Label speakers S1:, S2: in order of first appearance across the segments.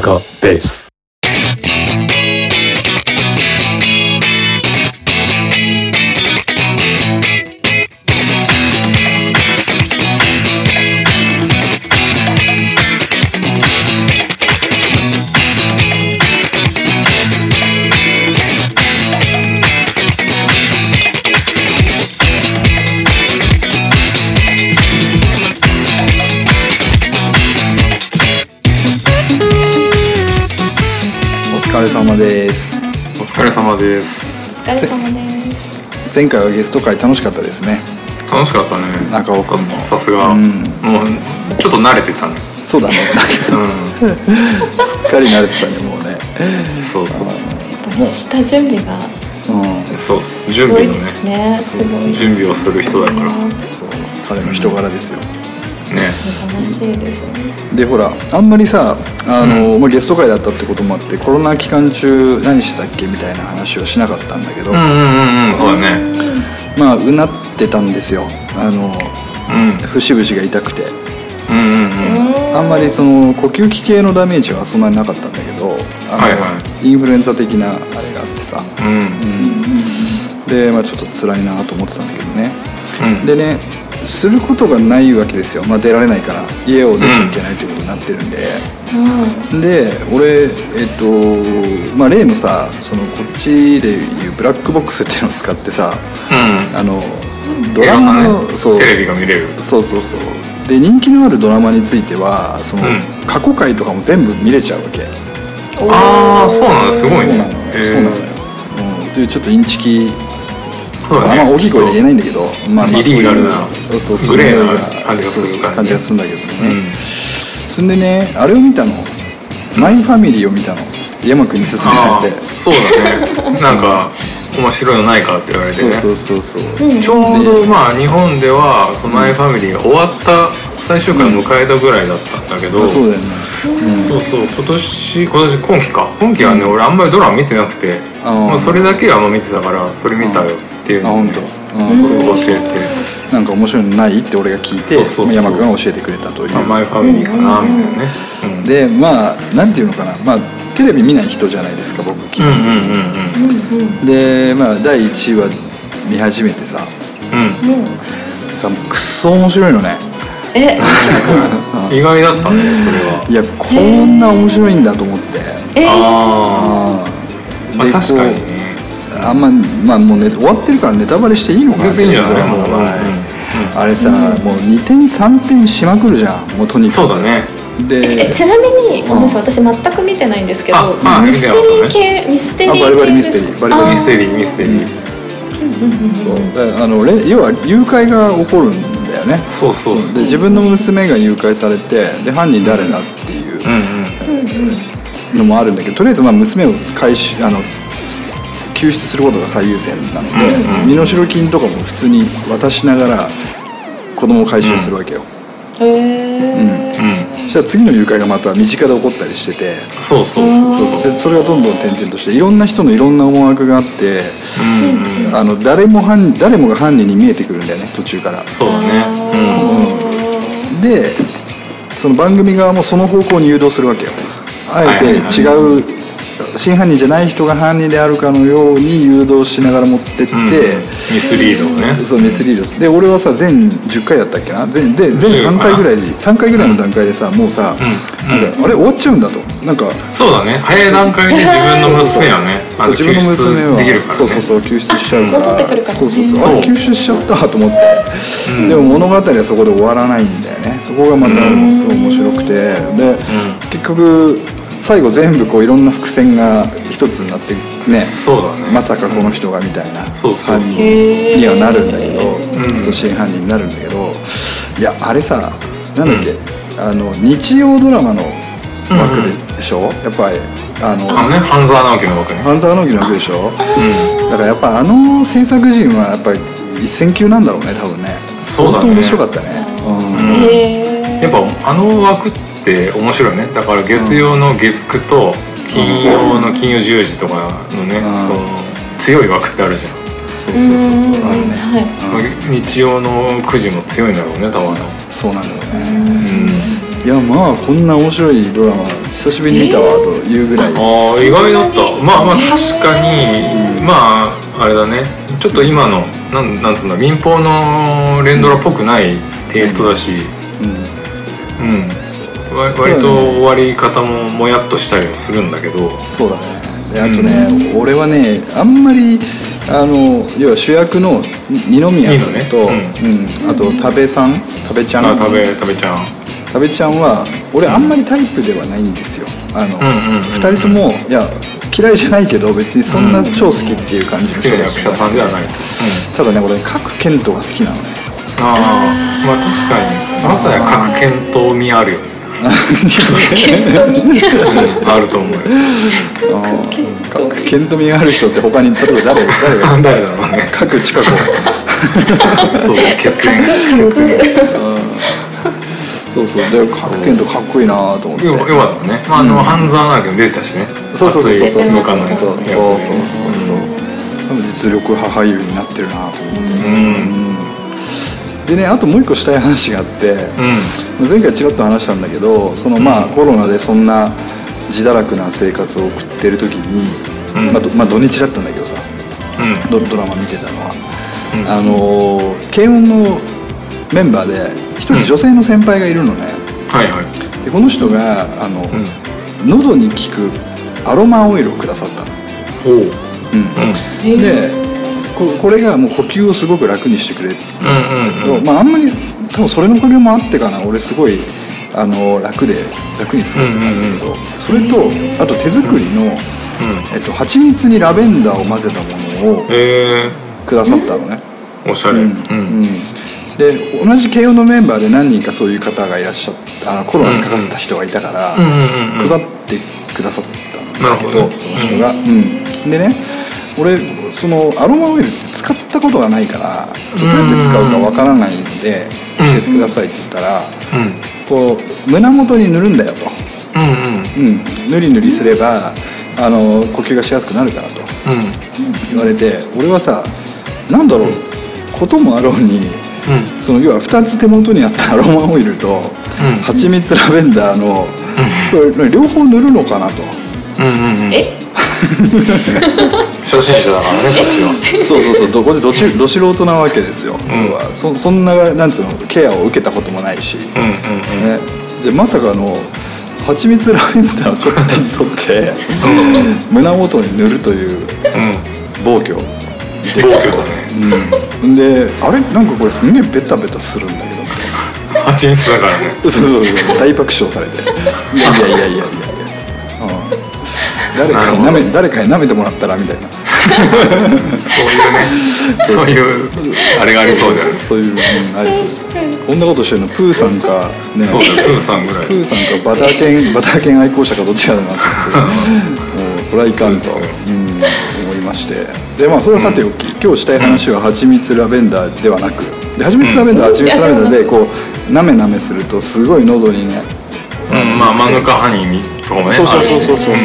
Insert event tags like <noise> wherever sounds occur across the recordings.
S1: カベース。
S2: お疲れ様です
S3: お疲れ様です。
S4: お疲れ様です。
S2: 前回はゲスト会楽しかったですね
S3: 楽しかったね。
S2: 中尾君も
S3: ささすが、
S2: うん
S3: もうちょっと慣れてたね。
S2: そうだね
S3: うん。
S2: すっかり慣れてたねもうね
S3: そうそう。
S4: やっぱり下準備が
S2: うん
S3: そう。
S4: す
S3: 準
S4: ご
S3: 備
S4: い
S3: の
S4: です
S3: ね。
S4: ね。すごい。
S3: 準備をする人だから。ね。
S2: そう彼の人柄ですよ
S4: 素晴らしいですね。
S2: でほらあんまりさあの、まあゲスト会だったってこともあってコロナ期間中何してたっけみたいな話をしなかったんだけど、
S3: うんうんうんうん。そうだね。
S2: まあうなってたんですよあの
S3: う
S2: 節々が痛くて
S3: んうんうんうん。
S2: あんまりその呼吸器系のダメージはそんなになかったんだけどあの、
S3: はいは
S2: インフルエンザ的なあれがあってさ、
S3: うん
S2: で、まあ、ちょっと辛いなと思ってたんだけどね、
S3: うん
S2: でねすることがないわけですよ、まあ、出られないから家を出ちゃいけないということになってるんで、で俺えっと、まあ、例のさそのこっちでいうブラックボックスっていうのを使ってさ
S3: うん。
S2: あのドラマ
S3: 映画
S2: の、
S3: がね
S2: そう
S3: テレビが見れる。
S2: そうそうそうで人気のあるドラマについてはその、
S3: うん
S2: 過去回とかも全部見れちゃうわけ。
S3: ああそうなんだすごい
S2: そう
S3: ね
S2: なのよ、。
S3: へー
S2: そうなのよ、うん、というちょっとインチキ、
S3: そうだね
S2: あんま大きい声で言えないんだけど、まあ、まあ
S3: イリーガルな
S2: そういうそうそう
S3: グレーな
S2: そういうそ
S3: 感じがする
S2: う
S3: から
S2: そう
S3: ね
S2: 感じがするんだけどね、
S3: うん
S2: それでねあれを見たのマイファミリーを見たの山君に勧めら
S3: あ
S2: れて
S3: あそう
S2: <laughs>
S3: だね。なんか面白いのないかって言われて
S2: そう
S3: ね。
S2: そうそうそう、
S3: ちょうどまあ日本では「そのマイファミリー」が終わった最終回を迎えたぐらいだったんだけど、
S2: あそうだよね
S3: そうそう今年今年今期か今期はね、俺あんまりドラマ見てなくて
S2: あー
S3: まあ、それだけはまあ見てたからそれ見たよっていう
S2: あ
S3: のを、
S2: 本
S3: ね
S2: 当。
S3: そう
S2: うん
S3: そう教えて、
S2: なんか面白いのないって俺が聞いて
S3: そうそうそう
S2: 山君が教えてくれたという、
S3: まあ、マイファミリーかなみたいなね、
S2: でまあなんていうのかなまあテレビ見ない人じゃないですか僕基
S3: うん、
S2: 本
S3: うんうんうん
S2: でまあ第1話見始めてさ
S3: うん
S2: さもうくっそ面白いのね
S4: え、
S3: うん意外だったねそ
S2: いやこんな面白いんだと思って、
S4: え
S3: れ、はあ
S2: あー
S3: あまあ
S2: で
S3: 確かに
S2: こ
S3: ね
S2: うあんままあもうね終わってるからネタバレしていいのかな
S3: 全然いいんじゃない
S2: ドラマの
S3: もう
S2: 場合
S3: うん
S2: あれさ、もう2点3点しまくるじゃんもうとにかく
S3: そうだね
S2: で
S4: えちなみにごめんなさい私全く見てないんですけど
S3: ああ
S4: ミステリー系ミステリー系
S2: あバリバリ
S4: で
S2: ミ
S4: す
S2: ステリーバリバリ
S3: ミステリーミステリー、
S2: そうだあのれ要は誘拐が起こるんだよね
S3: そうそうそう
S2: で自分の娘が誘拐されてで犯人誰だっていう、
S3: うんうん
S2: のもあるんだけどとりあえずまあ娘を回収あの救出することが最優先なので、身代金とかも普通に渡しながら子供を回収するわけよ、
S4: あーへー
S3: う
S2: そ
S3: ん
S2: したら次の誘拐がまた身近で起こったりしてて
S3: そうそうそうそう
S2: でそれがどんどん転々としていろんな人のいろんな思惑があって、あの誰も犯誰もが犯人に見えてくるんだよね途中から。
S3: そうだね
S2: でその番組側もその方向に誘導するわけよあえて
S3: はいはいはい
S2: 違う真犯人じゃない人が犯人であるかのように誘導しながら持ってって、
S3: うん、うん、ミスリードをね
S2: そうミスリードすで俺はさ全10回だったっけな全で全3回ぐらいで3回ぐらいの段階でさ、もうさ、なんかあれ終わっちゃうんだとなんか
S3: そうだね早い段階で自分の娘はねあ
S2: <laughs> そう
S3: の
S2: 自
S3: 救
S2: 分の娘
S3: 出
S2: は、
S3: できるからね
S2: そうそうそう救出しちゃうから
S4: 戻ってくるからね
S2: そうそうそう
S3: そう
S2: あれ救出しちゃったと思って、でも物語はそこで終わらないんだよねそこがまたすごい面白くてで、結局最後全部こういろんな伏線が一つになってね
S3: そうだね
S2: まさかこの人がみたいな
S3: そうそうそう
S2: 犯人にはなるんだけど、真犯人になるんだけどいやあれさなんだっけ、あの日曜ドラマの枠でしょ、やっぱりあの
S3: あのね半沢直樹の枠ね
S2: 半沢直樹の役でしょ、だからやっぱあの制作陣はやっぱり一線級なんだろうね多分ね
S3: そうだね
S2: 相当面白かったねうん、
S4: へ
S3: やっぱあの枠って面白いねだから月曜の月9と金曜の金曜10時とかのね、
S2: ん
S3: その強い枠ってあるじゃん
S2: そうそうそうそうあるね
S4: はい
S3: 日曜の9時も強いんだろうねたまの
S2: そうなんだよね、いやまあこんな面白いドラマ久しぶりに見たわというぐらい、
S3: ああ
S4: そんなに
S3: 意外だったまあまあ
S4: へー
S3: 確かに、まああれだねちょっと今のなんなんつうんだ民放の連ドラっぽくないテイストだし
S2: うん、
S3: うん、わ割と終わり方ももやっとしたりはするんだけど
S2: そうだねであとね、俺はねあんまりあの要は主役の二宮
S3: 二のね
S2: 君と、うんあと多部さん多部ちゃ
S3: あ
S2: ん
S3: 食べ食べちゃん
S2: 多部ちゃんは俺あんまりタイプではないんですよあの、
S3: うんうんうんうん
S2: 2人ともいや嫌いじゃないけど別にそんな超好きっていう感じの
S3: 好きな役者さんではない、うん、
S2: ただね俺角健人が好きなのね
S3: ああまあ確かにまさに各検討味あるよねうんあると思うよ <laughs>
S2: 角健人味がある人って他に例えば
S3: <laughs>
S2: 誰誰が
S3: 誰だろうね
S2: 角近子
S3: そう血縁血縁
S2: そうそうで角健人かっこいいなと思って
S3: よよかったね、まあ、あの、半沢直樹も出てたしね
S2: そうそうそうそうそうそうそ
S3: 熱い部下の役
S2: うそうそうそう多分実力派俳優になってるなと思って、
S3: うん
S2: でねあともう一個したい話があって、
S3: うん
S2: 前回ちらっと話したんだけどそのまあ、コロナでそんな自堕落な生活を送ってる時に、まあどまあ、土日だったんだけどさ
S3: うん
S2: ドドラマ見てたのは、あのー軽音のメンバーで一人女性の先輩がいるのね、
S3: はいはい
S2: でこの人があの、喉に効くアロマオイルをくださったの、
S3: おううんうん
S2: うん、でここれがもう呼吸をすごく楽にしてくれる
S3: うんうん
S2: まああんまり多分それのおかげもあってかな俺すごいあの楽で楽に過ごせたんだけど、それとあと手作りの、えっと、蜂蜜にラベンダーを混ぜたものを
S3: え
S2: くださったのね、
S3: ー、おしゃれ、うん
S2: うん、で同じ慶応のメンバーで何人かそういう方がいらっしゃったあのコロナにかかった人がいたから、
S3: うんうんうんうん
S2: 配ってくださったんだけど
S3: なるほどね
S2: その人が、うんでね俺そのアロマオイルって使ったことがないからどうやって使うかわからないので教えてくださいって言ったら、
S3: うん
S2: こう胸元に塗るんだよと、
S3: うんうん
S2: うん、塗り塗りすればあの呼吸がしやすくなるからと。
S3: うん
S2: 言われて俺はさなんだろうこともあろうに、
S3: う
S2: その要は2つ手元にあったア <laughs> ロマオイルと、
S3: うん
S2: 蜂蜜ラベンダーの、これ両方塗るのかなと
S3: うんうんうん
S4: え <laughs>
S3: 初心者だからねこっちは
S2: そうそうそう <laughs> どこでどちど素人なわけですよ、要はそそんななんつうのケアを受けたこともないし、
S3: うんうんうん
S2: ね、でまさかの蜂蜜ラベンダーを取って取って胸元に塗るという
S3: うん
S2: 暴挙
S3: 暴挙だね
S2: であれなんかこれすんげえベタベタするんだけど
S3: 蜂蜜だからね
S2: そうそうそう大爆笑されて「いやいやいやいやいや」うん、誰かに舐め誰かに舐めてもらったらみたいな
S3: そういうねそういうあれがありそうだよね
S2: そういう、うん、ありそうですこんなことしてるのプーさんかね
S3: そうだよプーさんぐらい
S2: プーさんかバター犬バター犬愛好者かどっちかだなってもうこれはいかんと、うん、思いましてでまあそれはさておき、今日したい話は蜂蜜ラベンダーではなくで蜂蜜ラベンダーは蜂蜜ラベンダーでこうなめなめするとすごい喉にね
S3: うんまあマヌカハニーにとかもね
S2: そうそうそうそううそう、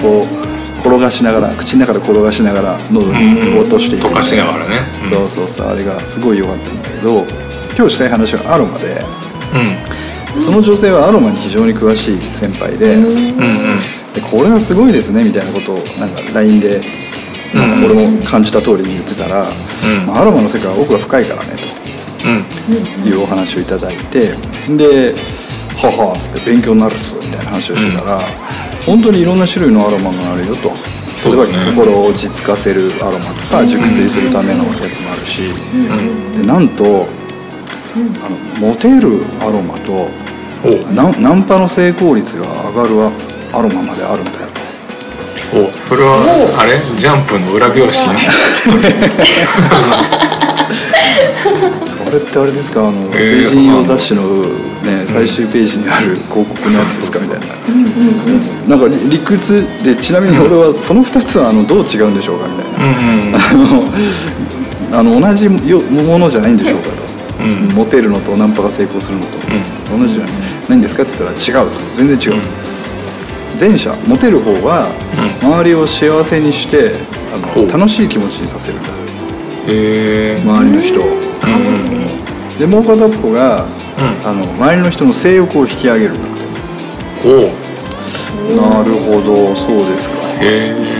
S2: こう転がしながら口の中で転がしながら喉に落としていく、
S3: 溶かしながらね
S2: そうそうそうあれがすごい良かったんだけど今日したい話はアロマで
S3: う
S2: その女性はアロマに非常に詳しい先輩で,、
S3: んうんうん
S2: でこれはすごいですねみたいなことをなんか LINE で、まあ俺も感じた通りに言ってたら、
S3: うん
S2: まあアロマの世界は奥が深いからねと。
S3: うん
S2: いうお話をいただいてで「はは」っつって「勉強になるっす」みたいな話をしてたら、本当にいろんな種類のアロマがあるよと例えば
S3: そうだね
S2: 心を落ち着かせるアロマとか熟成するためのやつもあるし、でなんとあのモテるアロマと
S3: お
S2: ナンナンパの成功率が上がるアアロマまであるんだよと。
S3: おそれはあれジャンプの裏表紙に
S2: あれってあれですかあの、
S3: え
S2: 成人用雑誌の、ね、最終ページにある広告のやつですかみたいな、なんか理理屈でちなみに俺はその2つはあのどう違うんでしょうかみたいな、
S3: うんうん
S2: あの同じよものじゃないんでしょうかと、モテるのとナンパが成功するのと、同じじゃないんですかって言ったら違うと全然違うと、前者モテる方は周りを幸せにしてあ
S3: ほ
S2: の
S3: う
S2: 楽しい気持ちにさせるんだ
S3: えー
S2: 周りの人を。でもう片っぽが、あの周りの人の性欲を引き上げるんだって
S3: お
S4: ね
S2: なるほどそうですか
S3: へえ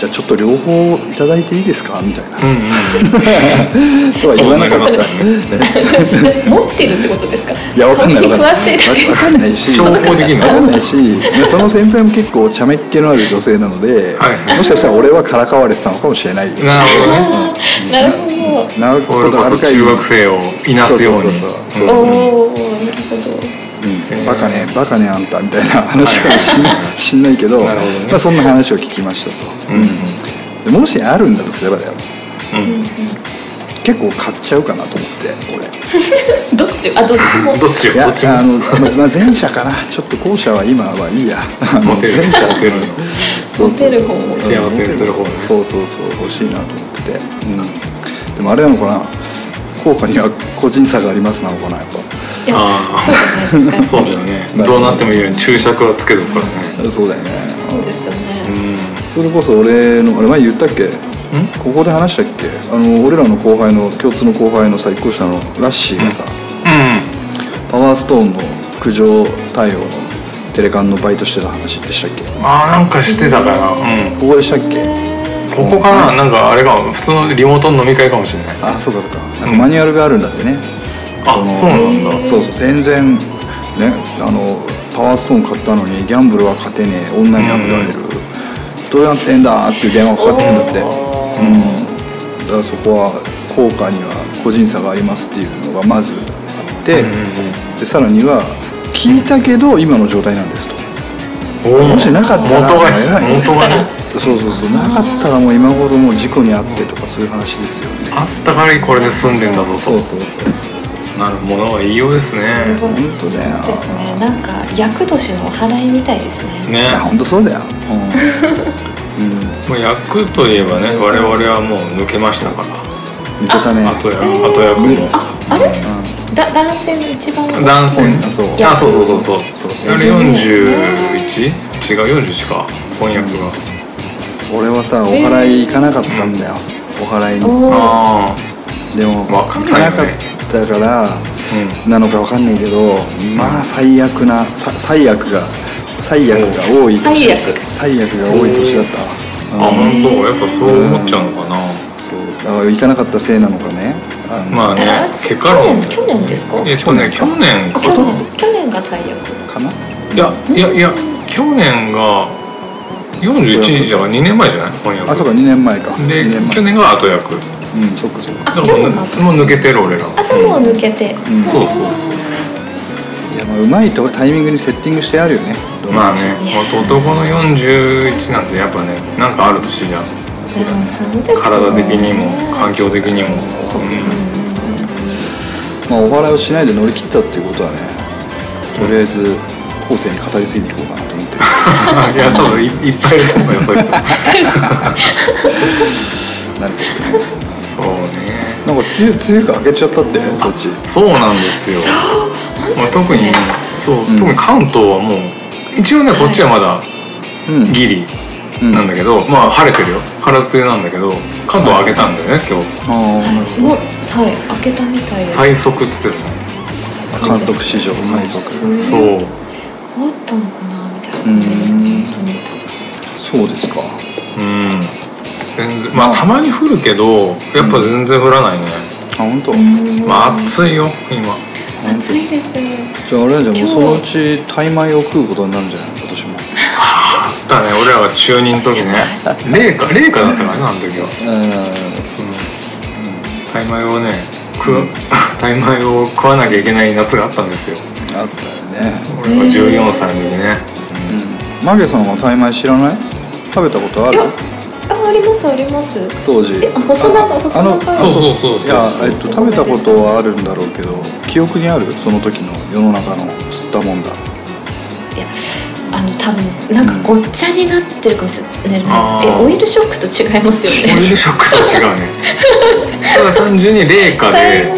S2: じゃあちょっと両方いただいていいですかみたいな、
S3: うんうん
S2: <laughs> とは言わなかった
S3: そうなり
S2: ね
S4: 持ってるってことですか
S2: いやわかんないわかんない
S4: 詳しいだけ
S2: わわかんないし
S3: 情報的には
S2: わかんないしねその先輩も結構茶目っ気のある女性なので、
S3: はい
S2: もしかしたら俺はからかわれてたのかもしれない
S3: なるほどね
S4: なるほ
S2: なる
S3: そ
S2: ほ
S3: れ
S2: ど
S3: こ
S2: あ
S3: そ
S2: るかい
S3: 中学生をいなすように
S2: そうそうそうそう
S4: ど
S2: そ
S4: おおーなるほど
S2: うんバカねバカねあんたみたいな話かもしんないしんないけど
S3: なるほどね
S2: まあ、そんな話を聞きましたと、うんでもしあるんだとすればだよ結構買っちゃうかなと思って
S3: <laughs>
S2: 俺
S4: どっちあどっちも
S3: どっちよ
S2: いや
S3: どっちも
S2: あの、まずまあ、前者かなちょっと後者は今はいいやあの
S3: モテる
S2: 前者
S3: モテる
S2: そうそう
S4: モテる方
S2: うん
S3: 幸せにする方ね
S2: そうそうそう欲しいなと思ってて、うん、でもあれなのかな効果には個人差がありますなのかなやっぱ
S4: いや
S3: あー
S4: そうじゃないです
S3: そ
S4: か
S3: うだ
S4: やっぱり
S3: よねどうなってもいいように注釈はつけるからね
S2: そうだよね
S4: そうですよね
S2: それこそ俺のあれ前言ったっけここで話したっけあの俺らの後輩の共通の後輩の最高者のラッシーがさ、
S3: うん
S2: パワーストーンの苦情対応のテレカンのバイトしてた話でしたっけ
S3: あーなんかしてたかなうん
S2: ここでしたっけ
S3: ここかななんかあれかも普通のリモートの飲み会かもしれない
S2: あそうかそうかなんかマニュアルがあるんだってね、
S3: あ
S2: の
S3: そうなんだ
S2: そうそう全然ねあのパワーストーン買ったのにギャンブルは勝てねえ女に破られる、どうやってんだっていう電話がかかってくるんだってうんだからそこは効果には個人差がありますっていうのがまずあって、でさらには聞いたけど今の状態なんですと
S3: おー
S2: もしなかったら
S3: 元が
S2: 偉いね
S3: 元がね
S2: そうそうそうなかったらもう今頃もう事故に遭ってとかそういう話ですよね
S3: <laughs> あったからこれで済んでんだぞと
S2: そうそうそう
S3: なるものは言いようです
S4: す
S3: ね
S4: ごい
S2: 本当
S4: そう
S2: だよ
S4: ですねなんか厄年のお祓いみたいですね
S2: い
S3: ね
S2: や本当そうだよ、うんうん、
S3: もう役といえばね我々はもう抜けましたから
S2: 抜けたね
S3: あとやあと役
S2: うん
S3: も
S4: ああれだ男性の一番
S3: 男性
S2: あそう
S3: あそうそうそうそ
S2: そ
S3: う
S2: うそう
S3: あれ 41? 違う41か翻訳が
S2: 俺はさお祓い行かなかったんだよ、お祓いに
S4: おー
S3: ああ
S2: でも
S3: わかん
S2: 行
S3: な
S2: かなか
S3: いよ
S2: っ
S3: ね
S2: たから
S3: う
S2: なのかわかんないけどまあ最悪なさ最悪が最悪が多い年
S4: 最悪
S2: 最悪が多い年だったわ
S3: あ本当やっぱそう思っちゃうのかな
S2: そうだから行かなかったせいなのかねあの
S3: まあね
S4: あ
S3: 結果
S4: 去
S3: 論
S4: 年去年ですか
S3: えっとね去年
S4: あ
S3: か
S4: 去年去年が大役
S2: かない
S3: やいやいや去年が41じゃ2年前じゃない翻訳
S2: あそうか2年前か
S3: で
S2: 二年
S3: 去
S2: 前
S3: 年が後役
S2: うんそっかそっか
S4: あ
S3: だ
S4: 去
S3: からも
S4: 年
S3: う
S4: が後
S3: もう抜けてる俺ら
S4: あじゃあもう抜けて
S3: そうそう
S2: いやまあうまいとタイミングにセッティングしてあるよね
S3: まあねほんと男の41なんてやっぱねなんかある年じゃん
S4: そうそうですよね
S3: 体的にも環境的にもうん <laughs>
S2: まあ、お笑いをしないで乗り切ったっていうことはねとりあえず後世に語り継いでいこうかなと思ってる
S3: いや多分いいっぱいいると思うよそういう人
S4: <laughs>
S2: なるほ
S3: そうね
S2: どなんか梅雨梅雨が明けちゃったってこっち
S3: そうなんですよまあ、特にねそう、
S2: ん
S3: 特に関東はもう一応ねこっちはまだ
S2: うん
S3: ギリなんだけど、まあ晴れてるよ空梅雨なんだけど関東は明けたんだよね、今
S2: あ
S3: 日
S2: あなるほ
S4: もうはい開けたみたいです
S3: 最速っつってたね
S2: ど観測史上最速
S4: うん
S3: そう
S4: 終わったのかなみたいな感じですね
S2: うんそう
S4: 本当に
S2: ですか
S3: うん全然まあたまに降るけどやっぱ全然降らないね、
S2: あ本当。
S3: まあ暑いよ今
S4: 暑いです
S2: じゃああれなんじゃん
S4: 今日
S2: もうそのうちタイ米を食うことになるんじゃない今年も
S3: だね俺らが中二の時 <laughs> ね冷夏冷夏だったからねあの時はタイ米をね食 <laughs> うタイ米を食わなきゃいけない夏があったんですよ
S2: うんあったよね
S3: 俺が14歳の時ね
S2: うんマゲさんはタイ米知らない食べたことあ
S4: い
S2: る
S4: やあありますあります
S2: 当時
S4: え細長い
S2: あ
S4: 細長い
S2: あの
S3: そうそうそうそう
S2: いや、えっと、食べたことはあるんだろうけど記憶にあるその時の世の中の吸ったもんだ
S4: いやあの多分なんかごっちゃになってるかもしれないです
S3: あー
S4: えオイルショックと違います
S3: オイ
S4: よね
S3: ルショックと違うね
S2: <laughs>
S3: ただ単純に冷夏
S4: 大
S3: で、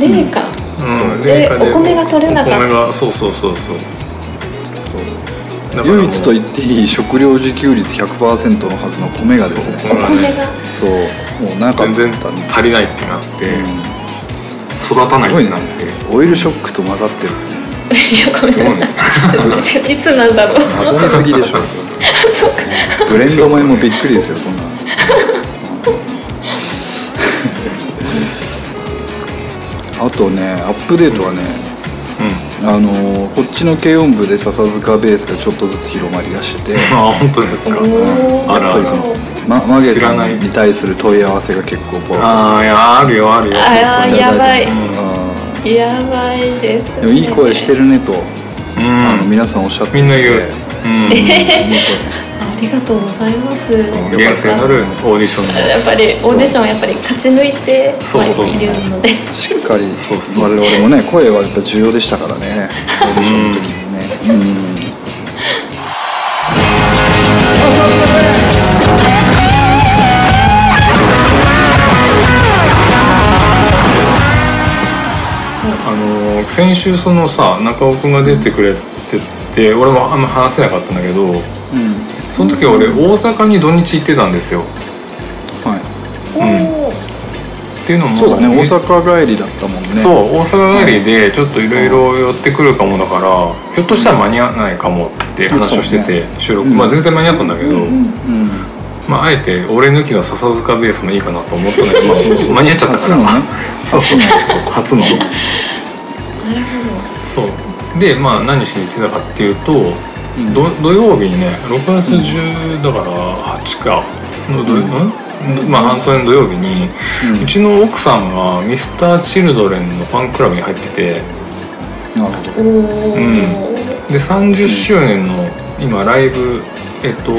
S4: 変冷夏
S3: うん、
S4: で
S3: 冷夏で
S4: お米が取れなかった
S3: お米がそうそうそうそうだからもう
S2: 唯一と言っていい食料自給率100%のはずの米がですね
S4: お米が
S2: そうもうなかったん
S3: 全
S2: で
S3: 然
S2: す
S3: 足りないってなって、
S2: うん
S3: 育たな
S2: すご
S3: い
S2: い
S3: って
S2: ね
S3: なって
S2: オイルショックと混ざってるっていう
S4: やごめんなさ <laughs> いいつなんだろう
S2: 謎にすぎで
S3: <laughs>
S2: しょ
S4: そうか
S2: ブレンド前もびっくりですよそん
S3: <laughs>
S2: なあとねアップデートはね、あのーこっちの軽音部で笹塚ベースがちょっとずつ広まりだしてて
S3: あ本当ですか
S4: お
S3: <laughs>
S4: ー
S3: あ
S2: やっ
S3: ら
S2: ぱ
S3: あ
S2: りその
S3: ら
S2: まマゲ
S3: 知
S2: さ
S3: らない
S2: んに対する問い合わせが結構ボーッ
S3: あーいやあるよあるよ
S4: あーやばい
S2: うん
S4: やばいですね
S2: でもいい声してるねと、
S3: う
S2: あの
S3: ん
S2: 皆さんおっしゃってて
S3: みんな言ううん
S4: ありがとうございます
S2: う
S3: 現世なるオーディション
S4: やっぱりオーディションはやっぱり勝ち抜いて
S3: そうそう
S4: まあいるので
S2: しっかり
S3: そうそう
S2: 我々もね声はやっぱ重要でしたからねオーディションの時にねうん
S3: あの先週そのさ中尾君が出てくれてて俺もあんま話せなかったんだけど
S2: うん
S3: その時俺大阪に土日行ってたんですよ
S2: は
S4: おー
S3: っていうのも
S2: いそうだね
S3: え
S2: 大阪帰りだったもんね
S3: そう大阪帰りでちょっといろいろ寄ってくるかもだからひょっとしたら間に合わないかもって話をしてて
S2: そう
S3: 収録
S2: うん
S3: まあ全然間に合ったんだけど
S2: うん
S3: まああえて俺抜きの笹塚ベースもいいかなと思ったんだけどまあ間に合っちゃったか
S2: <laughs> 初のね
S3: らそうそう初の
S4: なるほど
S3: そうでまあ何しに行ってたかっていうと、ど土曜日にね6月10だから8かの土、うんまあ半袖の土曜日に、うちの奥さんが Mr.Children のファンクラブに入ってて
S2: なるほど
S4: おお、
S3: で30周年の今ライブえっと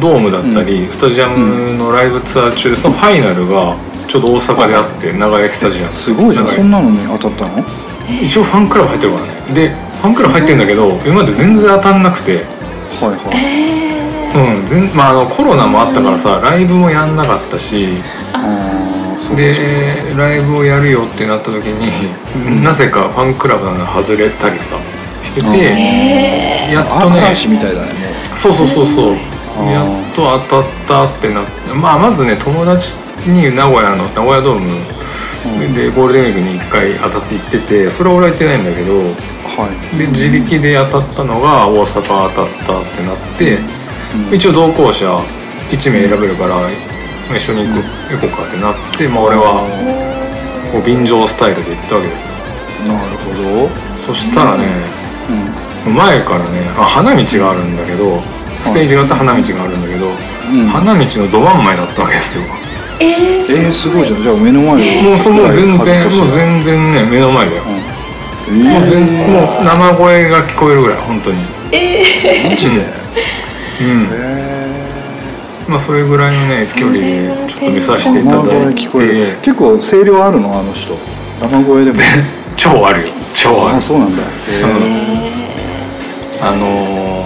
S3: ドームだったり、スタジアムのライブツアー中そのファイナルがちょうど大阪であって長屋スタジアム
S2: すごいじゃん
S3: 長屋
S2: そんなのに当たったの
S3: 一応ファンクラブ入ってるからねでファンクラブ入ってるんだけど今まで全然当たんなくて
S2: はいはい
S3: うん全、まあ、あのコロナもあったからさライブもやんなかったし
S2: ああそう
S3: でライブをやるよってなった時になぜかファンクラブなのに外れたりさしててやっ
S2: あ
S3: とね
S2: 嵐みたいだねも
S3: そうそうそうそう
S2: ごい
S3: やっと当たったってなってまあまずね友達に名古屋の名古屋ドームでゴールデンウィークに1回当たって行っててそれは俺は行ってないんだけど
S2: うはい
S3: で自力で当たったのが大阪当たったってなって、一応同行者1名選べるから一緒に行こう,、行こうかってなって、まあ、俺はこう便乗スタイルで行ったわけですよ
S2: なるほど
S3: そしたらね、
S2: うん
S3: 前からねあ花道があるんだけどステージがあって花道があるんだけど、
S2: うん
S3: 花道のど真ん前だったわけですよ
S4: えー、
S2: えー、すごいじゃんじゃあ目の前で
S3: もうその全
S2: 恥ずか
S3: 然
S2: しい
S3: もう全然ね目の前だよ、
S2: うんえ
S3: もう全もう生声が聞こえるぐらい本当に
S2: ー、マジで、
S3: うん
S2: え
S3: まあそれぐらいのね距離でちょっと見させてい
S2: ー、
S3: た
S2: 生
S3: だ
S2: 声
S3: い
S2: 聞こえる
S3: て
S2: 結構声量あるのあの人生声でも
S3: 超あるよ超あ
S2: あ
S3: る
S2: あそうなんだへ
S3: あの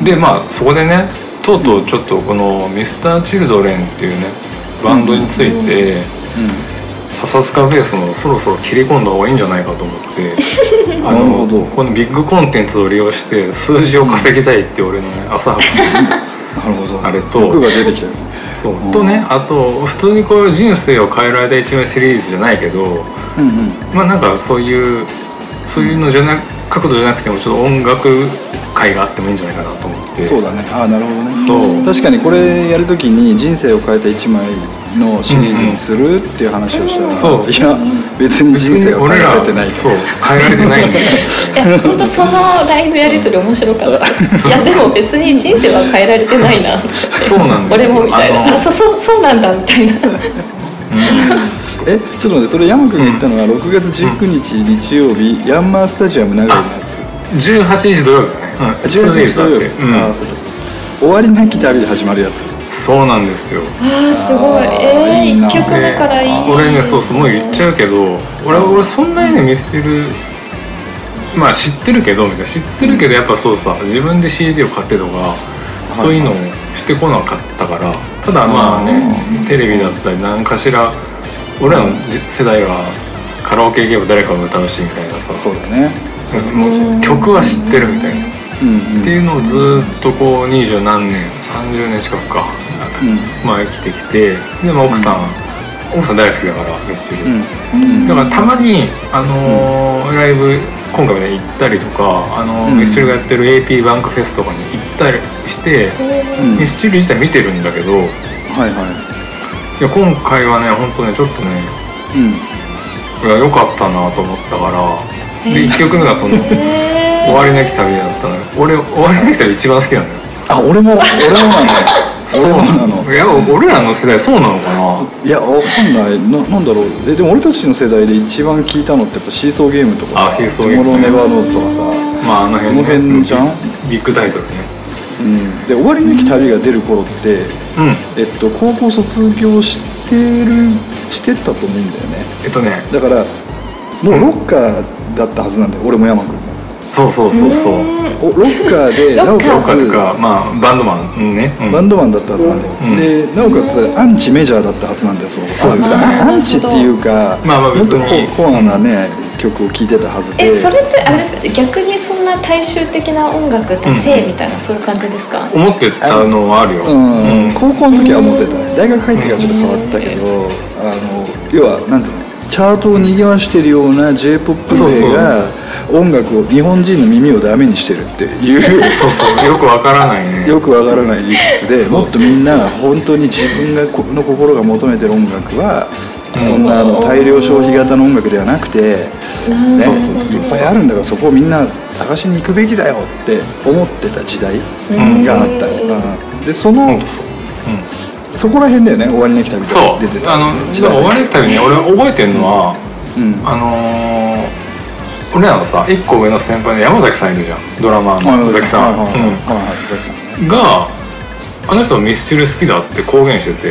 S3: ーでまあそこでねとうとうちょっとこの Mr.Children っていうねバンドについて笹塚ベースもそろそろ切り込んだ方がいいんじゃないかと思って <laughs> あ
S2: な
S3: の
S2: るほど
S3: このビッグコンテンツを利用して数字を稼ぎたいって俺のね浅はか <laughs> な
S2: ーなるほど
S3: あれと
S2: 欲が出てきたよ
S3: そうとねあと普通にこういう人生を変えられた一面シリーズじゃないけど
S2: うんうん
S3: まあなんかそういうそういうのじゃな角度じゃなくてもちょっと音楽界があってもいいんじゃないかなと思って
S2: そうだねああなるほどね
S3: そう
S2: 確かにこれやるときに人生を変えた一枚のシリーズにするっていう話をしたら、
S3: そう
S2: いや別に
S3: 別
S2: 人
S3: に
S2: 生を
S3: 俺
S2: 変えら
S3: ら
S2: れてない
S3: そう変えられてないんだよ
S4: いや本当その LINE のやり取り面白かった <laughs> ですいやでも別に人生は変えられてないな
S3: そうなんだ
S4: <laughs> 俺
S3: よ
S4: もみたいな
S3: あの
S4: あそうそうそうなんだみたいな
S2: えちょっと待ってそれ山君が言ったのが6月19日日曜日、ヤンマースタジアム長居のやつ
S3: 18日土曜日だね、うん、
S2: 18日
S3: だ
S2: 土曜
S3: っ
S2: 日
S3: て、
S2: ああ
S3: うん、
S2: そうだ終わりなき旅で始まるやつ
S3: そうなんですよ
S4: あーすごいえー、
S2: いいな
S4: 1曲目からいい
S3: 俺ねそうそうもう言っちゃうけど俺俺そんなにねミスチルまあ知ってるけどみたいな知ってるけどやっぱそうさ自分で CD を買ってとかそういうのをしてこなかったからただまあねテレビだったり何かしら俺らのじ世代はカラオケ行けば誰かが歌うしみたいなさ
S2: そうだね
S3: もう曲は知ってるみたいなっ
S2: うん
S3: ていうのをずーっとこう二十何年30年近くか
S2: うんうん
S3: まあ生きてきてで、まあ、奥さん奥さん大好きだからミスチル、
S2: う
S3: だからたまにあのーライブ今回みたいに行ったりとかあのー、
S2: うん
S3: ミスチルがやってる AP バンクフェスとかに行ったりして、
S2: ん、うん、
S3: ミスチル自体見てるんだけどい
S2: はいは
S3: や今回はね本当ねちょっとね
S2: いうん
S3: いや良かったなと思ったからで1曲目が
S2: <laughs>
S3: その
S4: へえ
S3: 終わりなき旅だったのよ俺終わりなき旅一番好きなのよ
S2: あ俺
S3: <laughs>
S2: も俺もなのよ俺もなの
S3: いや俺らの世代そうなのか
S2: いやわかんないななんだろうえでも俺たちの世代で一番聞いたのってやっぱシーソーゲームとか
S3: あシー
S2: さ「
S3: ソ
S2: ト
S3: ーゲー
S2: ゥモ
S3: ム
S2: ローネバーノーズ」とかさ
S3: なまああの辺
S2: そ
S3: ね
S2: の辺じゃん
S3: ビッグタイトルね
S2: うんで「終わりなき旅」が出る頃って
S3: うん
S2: えっと高校卒業してるしてたと思うんだよね
S3: えっとね
S2: だからもうロッカーだったはずなんだよ俺も山君も
S3: そうそうそうそう
S2: おロッカーで
S4: ロ
S2: な
S4: ッカー
S2: お
S3: ロ
S2: か
S3: ッカーと
S2: つ
S3: かまあバンドマンうんね、うん
S2: バンドマンだったはずなんだよ、
S3: うん
S2: でなおかつアンチメジャーだったはずなんだよその
S3: そうですね
S2: あアンチっていうか、
S3: まあまあ
S2: もっとこ
S3: 別に
S2: うコアなね、曲を聴いてたはずで
S4: えそれってあれですか逆にそんな大衆的な音楽達成みたいな、そういう感じですか
S3: 思ってたのはあるよ
S2: うん、
S3: うん
S2: 高校の時は持ってたね大学入ってからちょっと変わったけど、あの要はなんつうのチャートを賑わしてるような j p o p
S3: そうそう
S2: 勢が音楽を日本人の耳をダメにしてるっていう
S3: そうそうよくわからない
S2: <laughs>
S3: ね
S2: よくわからない理屈で
S3: そ
S2: も
S3: う
S2: っ
S3: そ
S2: と
S3: うそう
S2: みんな本当に自分がこの心が求めてる音楽はそんなあの大量消費型の音楽ではなくて、ね、いっぱいあるんだからそこをみんな探しに行くべきだよって思ってた時代があった、うんでその、そこら辺だよね終わりに来たみたい
S3: そ
S2: な
S3: う
S2: 出てた
S3: あのだから終わりたびに俺覚えてるのは、
S2: うん
S3: あのー、俺らのさ一個上の先輩の山崎さんいるじゃんドラマーの
S2: あ
S3: 山崎さん、
S2: はいはいはい
S3: うん
S2: はいはいザキさんね
S3: があの人ミスチル好きだって公言してて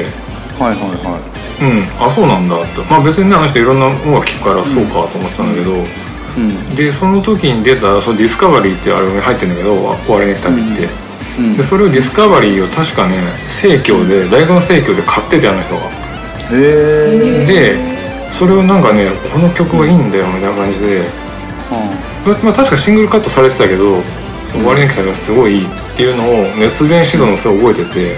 S2: はいはいはい
S3: うんあそうなんだってまあ別にねあの人いろんな音楽聴くからそうかと思ってたんだけど、
S2: うん
S3: でその時に出た「そのディスカバリー」っていうアルバムに入ってるんだけど「壊れに来た旅」って、
S2: うんうん
S3: でそれをディスカバリーを確かね生協で大学の生協で買っててあの人が
S2: へえ
S3: でそれをなんかねこの曲がいいんだよみたいな感じで、まあ、確かシングルカットされてたけど「その終わりに来た旅」がすごいいいっていうのを熱弁してたのをすごい覚えてて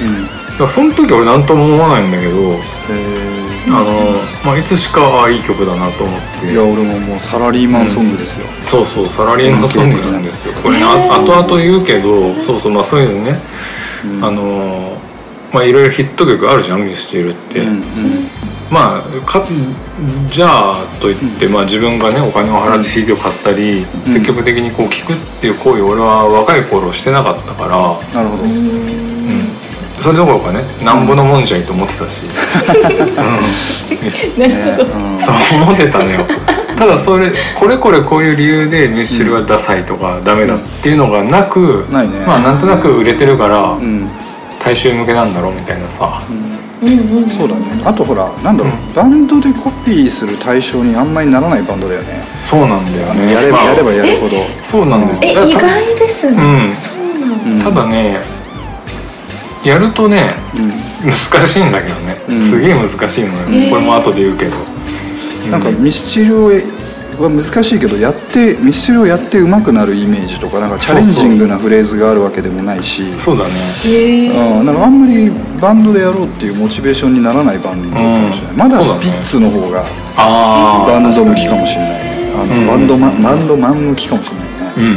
S2: うん
S3: だからその時俺何とも思わないんだけど
S2: へ
S3: あのまあ、いつしかああいい曲だなと思っ
S2: えいや
S3: て
S2: 俺ももうサラリーマンソングですよ、
S3: そうそうサラリーマンソングなんですよこれねあ後々言うけどそうそうまあそういうのね、あのまあいろいろヒット曲あるじゃんミスチルって、
S2: うんうん
S3: まあかじゃあと言って、まあ、自分がねお金を払って CD を買ったり、積極的にこう聴くっていう行為を俺は若い頃してなかったから、
S2: なるほど、
S3: それどころかねなんぼのもんじゃいと思ってた <laughs> し、うん、ミス
S4: なる
S2: ね
S4: ほど、
S3: そう思ってたのよただそれこれこれこういう理由でミッシュルはダサいとかダメだっていうのがなく、
S2: んないね
S3: まあなんとなく売れてるから
S2: うん、うん
S3: 大衆向けなんだろうみたいなさ、
S4: うんうん
S2: そうだねあとほらなんだろう、バンドでコピーする対象にあんまりならないバンドだよね
S3: そうなんだよ
S2: あの
S3: ね
S2: やれば
S3: まあ
S2: やればやるほど
S3: そうなんです
S4: え
S3: だ
S4: 意
S3: た
S4: 外ですね、
S3: うん
S4: そうなんだ
S2: うん
S3: ただねやるとね
S2: う
S3: 難しいんだけどね、
S2: うん
S3: すげえ難しいのよ、
S4: ー
S3: これも後で言うけど、
S2: ん、なんかミスチルをは難しいけどやってミスチルをやって上手くなるイメージとかなんかチャレンジングなフレーズがあるわけでもないし
S3: そうだね
S4: へえ
S2: うん、なんかあんまりバンドでやろうっていうモチベーションにならないバンドかもしれない、
S3: うん
S2: まだ
S3: そうだ
S2: ス
S3: ね
S2: ピッツの方が
S3: ああ
S2: バンド向きかもしれないねあの、バンドマンバンドマン向きかもしれないね、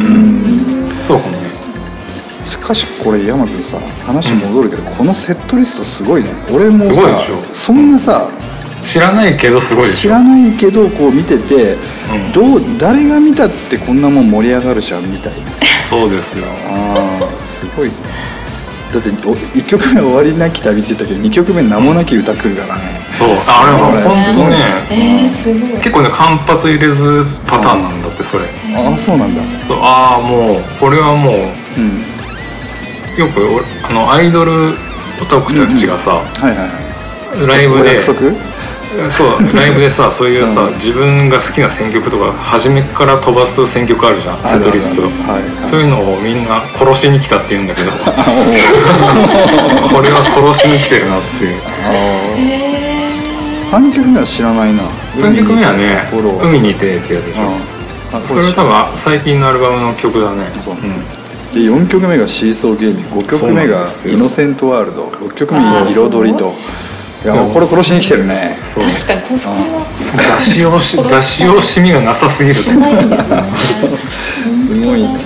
S3: そうかもね
S2: しかしこれ山君さ話戻るけど、このセットリストすごいね俺も
S3: すごいで
S2: さ
S3: しょ
S2: そんなさ
S3: 知らないけどすごいで
S2: 知
S3: しょ
S2: らないけどこう見てて、どう誰が見たってこんなもん盛り上がるじゃんみたいな
S3: そうですよ
S2: あーすごいねだって1曲目「終わりなき旅」って言ったけど2曲目「名もなき歌」来るからね、
S3: そうあれは本当ね
S4: えー、すごい
S3: 結構ね間髪入れずパターンなんだってそれ
S2: ああそうなんだ
S3: そうああもうこれはもう
S2: うん
S3: よく俺あのアイドルオタクたちがさ、
S2: はいはいはい
S3: ライブ
S2: お
S3: で
S2: 約
S3: そう
S2: 束
S3: ライブでさ <laughs> そういうさ、自分が好きな選曲とか初めから飛ばす選曲あるじゃん
S2: あるあ
S3: セ
S2: る
S3: ットリスト
S2: はいはい
S3: そういうのをみんな殺しに来たって言うんだけ <laughs> どこれは殺しに来てるなっていう
S2: 3曲目は知らないな
S3: 3曲目はね
S2: ゴロ
S3: 「海にいて」ってやつでしょ
S2: ああ
S3: それは多分最近のアルバムの曲だね
S2: そうで4曲目が「シーソーゲーム」5曲目
S3: そうなん
S2: が
S3: で
S2: 「
S3: すよ
S2: イノセントワールド」6曲目
S4: あ
S2: が「
S4: ー
S2: 彩り」といやこれ殺しに来てるね
S3: そう
S4: 確かにこうそれは
S3: 出し惜し出し惜しみがなさすぎる
S4: しないんですよね
S2: すごいね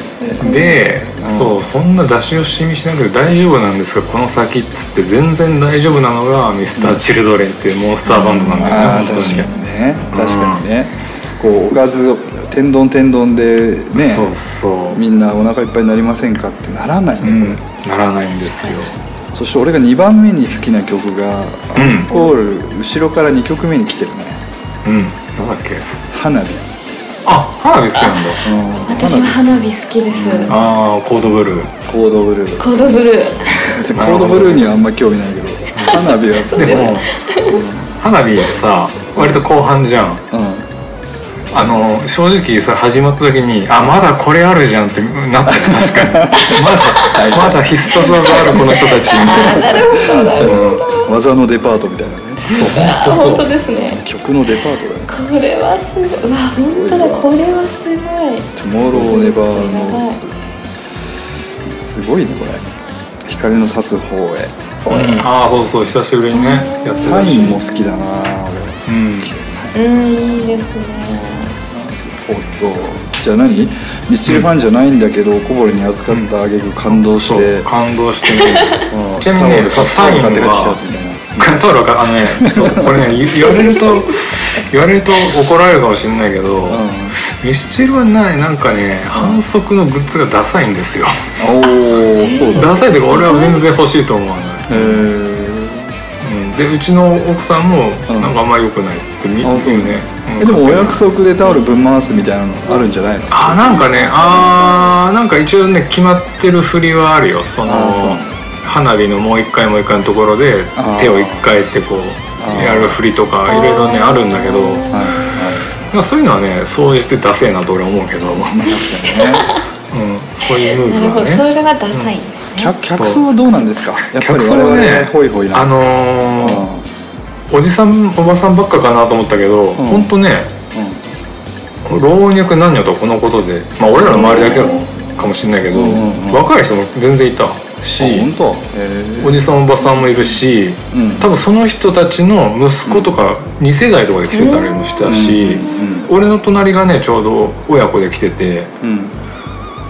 S3: で、そうそんな出し惜しみしなくて大丈夫なんですがこの先っつって全然大丈夫なのが Mr.Children っていうモンスターバンドなんだよね、
S2: ああ
S3: 本当
S2: 確
S3: に
S2: かにね確かにねこうおかず天丼天丼でね
S3: そうそう、
S2: みんなお腹いっぱいになりませんかってならないね、
S3: うん、ならないんですよ
S2: そして俺が2番目に好きな曲がア
S3: うん
S2: ンコール後ろから2曲目に来てるね
S3: うんなんだっけ
S2: 「花火」
S3: あ花火好きなんだ
S2: うん
S4: 私は花火好きです
S3: ああコードブルー
S2: コードブル
S3: <laughs>
S2: ー
S4: コードブルー
S2: 別にコードブルーにはあんま興味ないけど花火はすご
S3: で
S2: い、うん、
S3: も花火さ割と後半じゃんあの正直それ始まった時にあまだこれあるじゃんってなったよ
S2: <laughs>
S3: 確かにまだまだ必殺技あるこの人たちみたいな
S4: なるほどなるほど
S2: 技のデパートみたいなね
S3: そう
S4: 本
S3: 本当そ
S4: 当
S3: う
S4: ですね
S2: 曲のデパートだよね
S4: これはすごいうわ本当だこれはす
S2: 「
S4: ご
S2: Tomorrow Never Knows」すごいねこれ光の差す方へ
S3: うんああそうそう久しぶりにねやって
S2: サ
S3: た
S2: イ
S3: し
S2: ンも好きだな
S3: う
S2: 俺
S3: ん
S4: いうんいいですね
S2: おっとじゃあ何ミスチルファンじゃないんだけど、小堀に預かったあげく感動し
S3: そ
S2: て、
S3: う感動してね
S2: うん
S3: ちなみにね
S2: タオル
S3: サインは
S2: 買って帰ってきたみたいな
S3: トロがあのねそうこれね言言われると言われると怒られるかもしれないけど、ミスチルはないなんかね反則のグッズがダサいんですよ
S2: おおそうだ
S3: ダサいというか俺は全然欲しいと思わない、
S2: へー
S3: うん、でうちの奥さんもなんかあんま良くないってみ
S2: あそう
S3: 言うね、うん
S2: えでもお約束でタオルぶん回すみたいなのあるんじゃないの
S3: あなんかねあーなんか一応ね決まってる振りはあるよその
S2: あーそうなんだ
S3: 花火のもう一回もう一回のところで
S2: あー
S3: 手を一回ってこう
S2: あー
S3: やる振りとかいろいろねあるんだけど
S2: はい
S3: なんかそういうのはね掃除してダセえなと俺は思うけど、 <laughs> うん、
S2: はいね
S3: そういうムー
S4: な
S3: ブ
S4: るほ
S3: は
S4: ど
S3: ね
S4: それはダサいですね
S2: 客客層はどうなんですかやっぱり我々
S3: は
S2: ねホイホイな
S3: あのーおじさんおばさんばっかかなと思ったけど、ほんとね
S2: うんうん
S3: 老若男女とこのことで、まあ、俺らの周りだけなのかもしれないけど、
S2: うんうんうん
S3: 若い人も全然いたし
S2: あ本当へ
S3: おじさんおばさんもいるし、
S2: うん
S3: 多分その人たちの息子とか2世代とかで来てたりもしたし、俺の隣がねちょうど親子で来てて
S2: えうん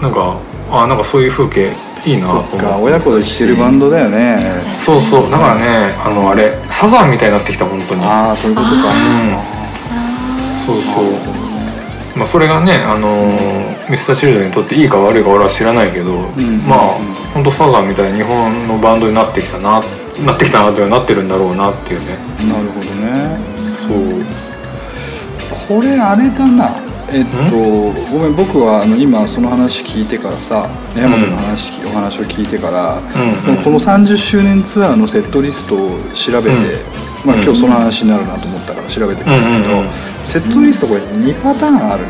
S3: なんかあなんかそういう風景いいなと思って
S2: が親子で聴けるバンドだよね
S3: そうそうだからねあのあれサザンみたいになってきた本当に
S2: ああそういうことか
S3: そうそうまあそれがねあのー、ミスターチルドレンにとっていいか悪いか俺は知らないけど、
S2: ん
S3: まあ本当サザンみたいな日本のバンドになってきたななってきたなというかなってるんだろうなっていうね
S2: なるほどね
S3: そう
S2: これあれだなえっとごめん僕はあの今その話聞いてからさ山君の話、お話を聞いてから、
S3: うんうん
S2: この30周年ツアーのセットリストを調べて、まあ、今日その話になるなと思ったから調べてきたんだけど、
S3: うんうんうん
S2: セットリストこれ2パターンあるね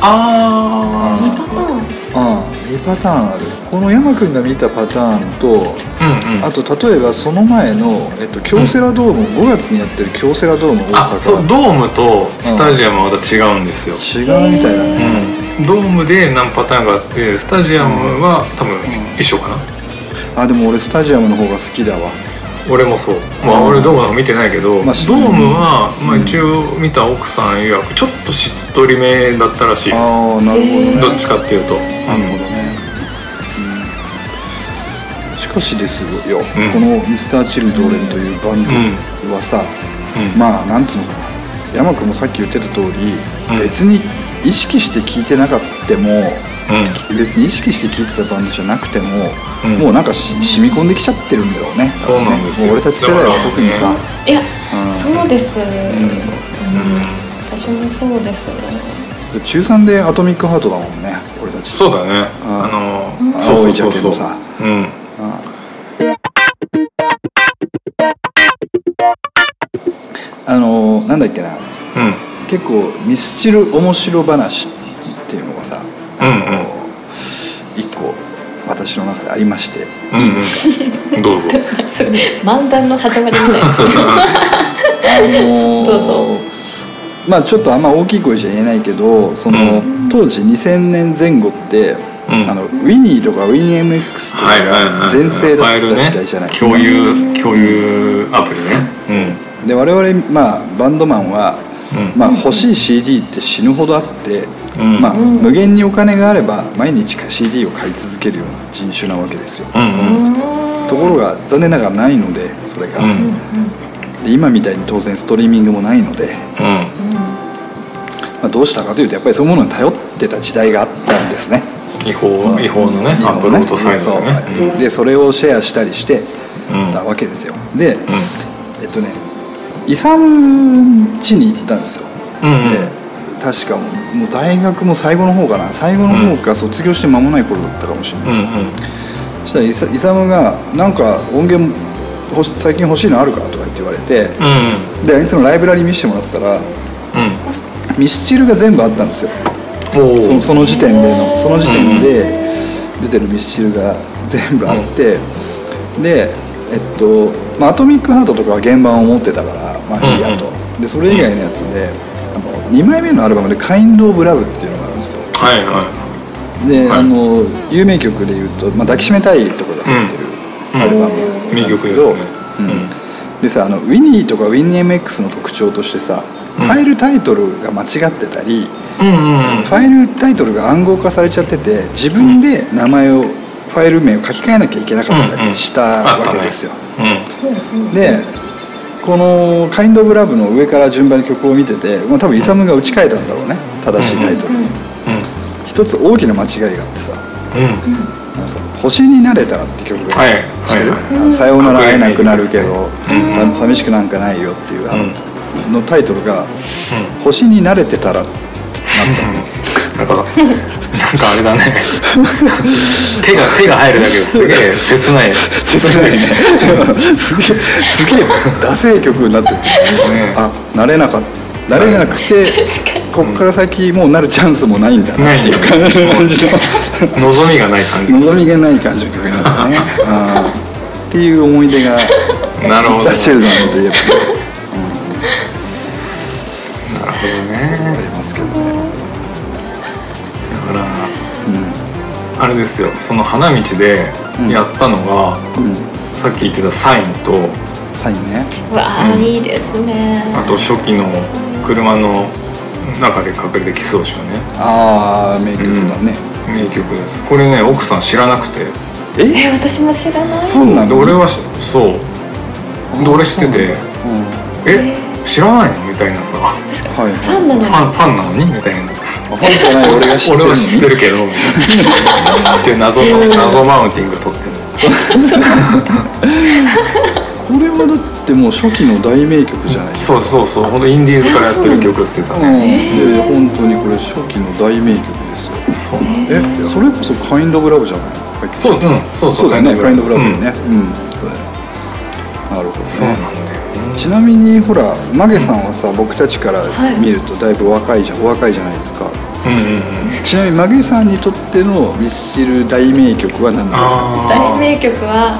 S3: あ
S4: パターン
S2: うん2パターンあるこの山君が見たパターンと
S3: あうんうん
S2: あと例えばその前の、えっと、京セラドーム、5月にやってる京セラドーム大
S3: あそう
S2: 阪
S3: ドームとスタジアムはまた違うんですよ、
S2: 違うみたいだね、
S3: うんドームで何パターンがあってスタジアムは多分一緒かな、
S2: あでも俺スタジアムの方が好きだわ
S3: 俺もそう、まあ、俺ドームなんか見てないけど、
S2: まあ
S3: ドームは、まあ、一応見た奥さん曰くちょっとしっとりめだったらしいど
S2: ああなるほどね、
S3: っちかっていうと、
S2: なるほどね、うん、しかしですよ、
S3: ん
S2: この Mr.Children というバンドはさ、まあなんつうのかな山君もさっき言ってた通り、
S3: うん
S2: 別に意識して聴いてなかったも別に意識して聴いてたバンドじゃなくても、
S3: うん
S2: もうなんかし染み込んできちゃってるんだろうね
S3: そうなんですよ
S2: もう俺たち世代は特にさ、
S4: いや、
S2: ん
S4: そうです、私もそうです <laughs>
S2: 中3でアトミックハートだもんね俺たち
S3: そうだねあのーそうそうそう
S2: 青いジャケット
S3: そう
S2: さ
S3: うん
S2: あのーなんだっけな
S3: うん
S2: 結構ミスチル面白話っていうのがさ
S3: うんうん
S2: 一個私の中でありまして
S3: うんうんどう <laughs> ぞ
S4: 漫談の始まりみたいですね <laughs>
S2: あのー
S4: どうぞ
S2: まあちょっとあんま大きい声じゃ言えないけどその、当時2000年前後って
S3: うん
S2: あのウィニーとか WinMX と
S3: はいはいは
S2: か
S3: い
S2: 全盛だ
S3: ファ
S2: っ
S3: イル
S2: た
S3: ね
S2: 時代じゃないですか、
S3: 共有共有アプリね
S2: で我々、まあ、バンドマンは、
S3: う
S2: まあ、欲しい CD って死ぬほどあって、
S3: うん
S2: まあ、無限にお金があれば毎日 CD を買い続けるような人種なわけですよ、
S3: うんうんうん
S2: ところが残念ながらないのでそれが、
S3: うんうん
S2: で今みたいに当然ストリーミングもないので、まあ、どうしたかというとやっぱりそういうものに頼ってた時代があったんですね
S3: 違法違法のね
S2: 日
S3: アップ
S2: 本の
S3: ロ
S2: ね
S3: ードサイトでね
S2: そうでそれをシェアしたりして
S3: うん
S2: たわけですよで、えっとね遺産地に行ったんですよ、
S3: うんうん
S2: で確かもう大学も最後の方かな最後の方か卒業して間もない頃だったかもしれない、
S3: うんうん
S2: そしたらイサイサムが「なんか音源欲し最近欲しいのあるか?」とかって言われて、
S3: うんうん
S2: であいつのライブラリ見せてもらってたらミスチルが全部あったんですよ
S3: うん
S2: そ
S3: お
S2: のその
S3: お
S2: 時点でのその時点で出てるミスチルが全部あって、でえっと、まあ、アトミックハートとかは原版を持ってたからまあいいやと、でそれ以外のやつで、あの2枚目のアルバムで「カインド・オブ・ラブ」っていうのがあるんですよ
S3: はいは
S2: で、
S3: はい
S2: あの有名曲でいうと「まあ、抱きしめたい」とかが入ってる
S3: うん
S2: アルバム
S3: い
S2: なん
S3: 名
S2: で
S3: 曲
S2: すけ
S3: です
S2: ど、
S3: ね
S2: うんでさあのウィニーとかウィニー MX の特徴としてさ、ファイルタイトルが間違ってたり、
S3: うんうんうん
S2: ファイルタイトルが暗号化されちゃってて自分で名前を、ファイル名を書き換えなきゃいけなかったりしたわけですよ、でこの「カインド・オブ・ラブ」の上から順番に曲を見てて、まあ、多分イサムが打ち替えたんだろうね正しいタイトルに、一つ大きな間違いがあってさ
S3: うんうんうん
S2: あのさ星になれたら」って曲が
S3: はい
S2: ある
S3: はいはい
S2: あのさようなら会えなくなるけど、
S3: うん
S2: さ寂しくなんかないよ」っていうあの,、のタイトルが「星に慣れてたら」
S3: なんか、なんかあれだね。手が、手が入るだけですげえ切ない。切ないね。
S2: すげえすげえダセえ曲になってる、あ慣れなかった慣れなくて、こっから先もうなるチャンスもないんだなっていう感じ感じ
S3: 望みがない感じ。
S2: の望みがない感じの曲なんですねあーっていう思い出が
S3: なるほど。
S2: ピスタチルダンといえば
S3: なるほどね。
S2: ありますけどね
S3: だから、あれですよ。その花道でやったのが、さっき言ってたサインと、
S2: サインね
S4: わあ、いいですね
S3: あと初期の車の中で隠れてキスをしようね。
S2: ああ名曲だね、
S3: 名曲です。これね、奥さん知らなくて。
S2: え
S4: え私も知らない
S2: そうな
S3: で
S2: の
S3: 俺はしそうで俺知ってて「え知らないの?」みたいなさ「
S2: はい
S4: ファンな
S3: フ
S4: のに
S3: ァンファンなのに?」みたいな
S2: 本当ない俺が知ってる
S3: 「俺
S2: の
S3: は
S2: に
S3: 知ってるけど」みたいなっていう謎の謎マウンティング取ってる
S2: これはだってもう初期の大名曲じゃないですか
S3: そうそうそうほんとインディーズからやってる曲っつってた
S2: うん、
S3: ね
S2: で本当にこれ初期の大名曲ですよ
S3: そう
S2: えそれこそ「カインド・ブ・ラブ」じゃない
S3: そううんそ
S2: そ
S3: うそう
S2: うだよね「カインド・ブ・ラブ」
S3: う
S2: ねうん、
S3: ん
S2: そうだよねなるほど
S3: そうなんだ
S2: ね
S3: よ
S2: ちなみにほらマゲさんはさ僕たちから
S4: はい
S2: 見るとだいぶ若いじゃんお若いじゃないですか
S3: うんうんうん
S2: ちなみにマゲさんにとってのミスチル大名曲は何なんで
S3: あ
S4: 大名曲は、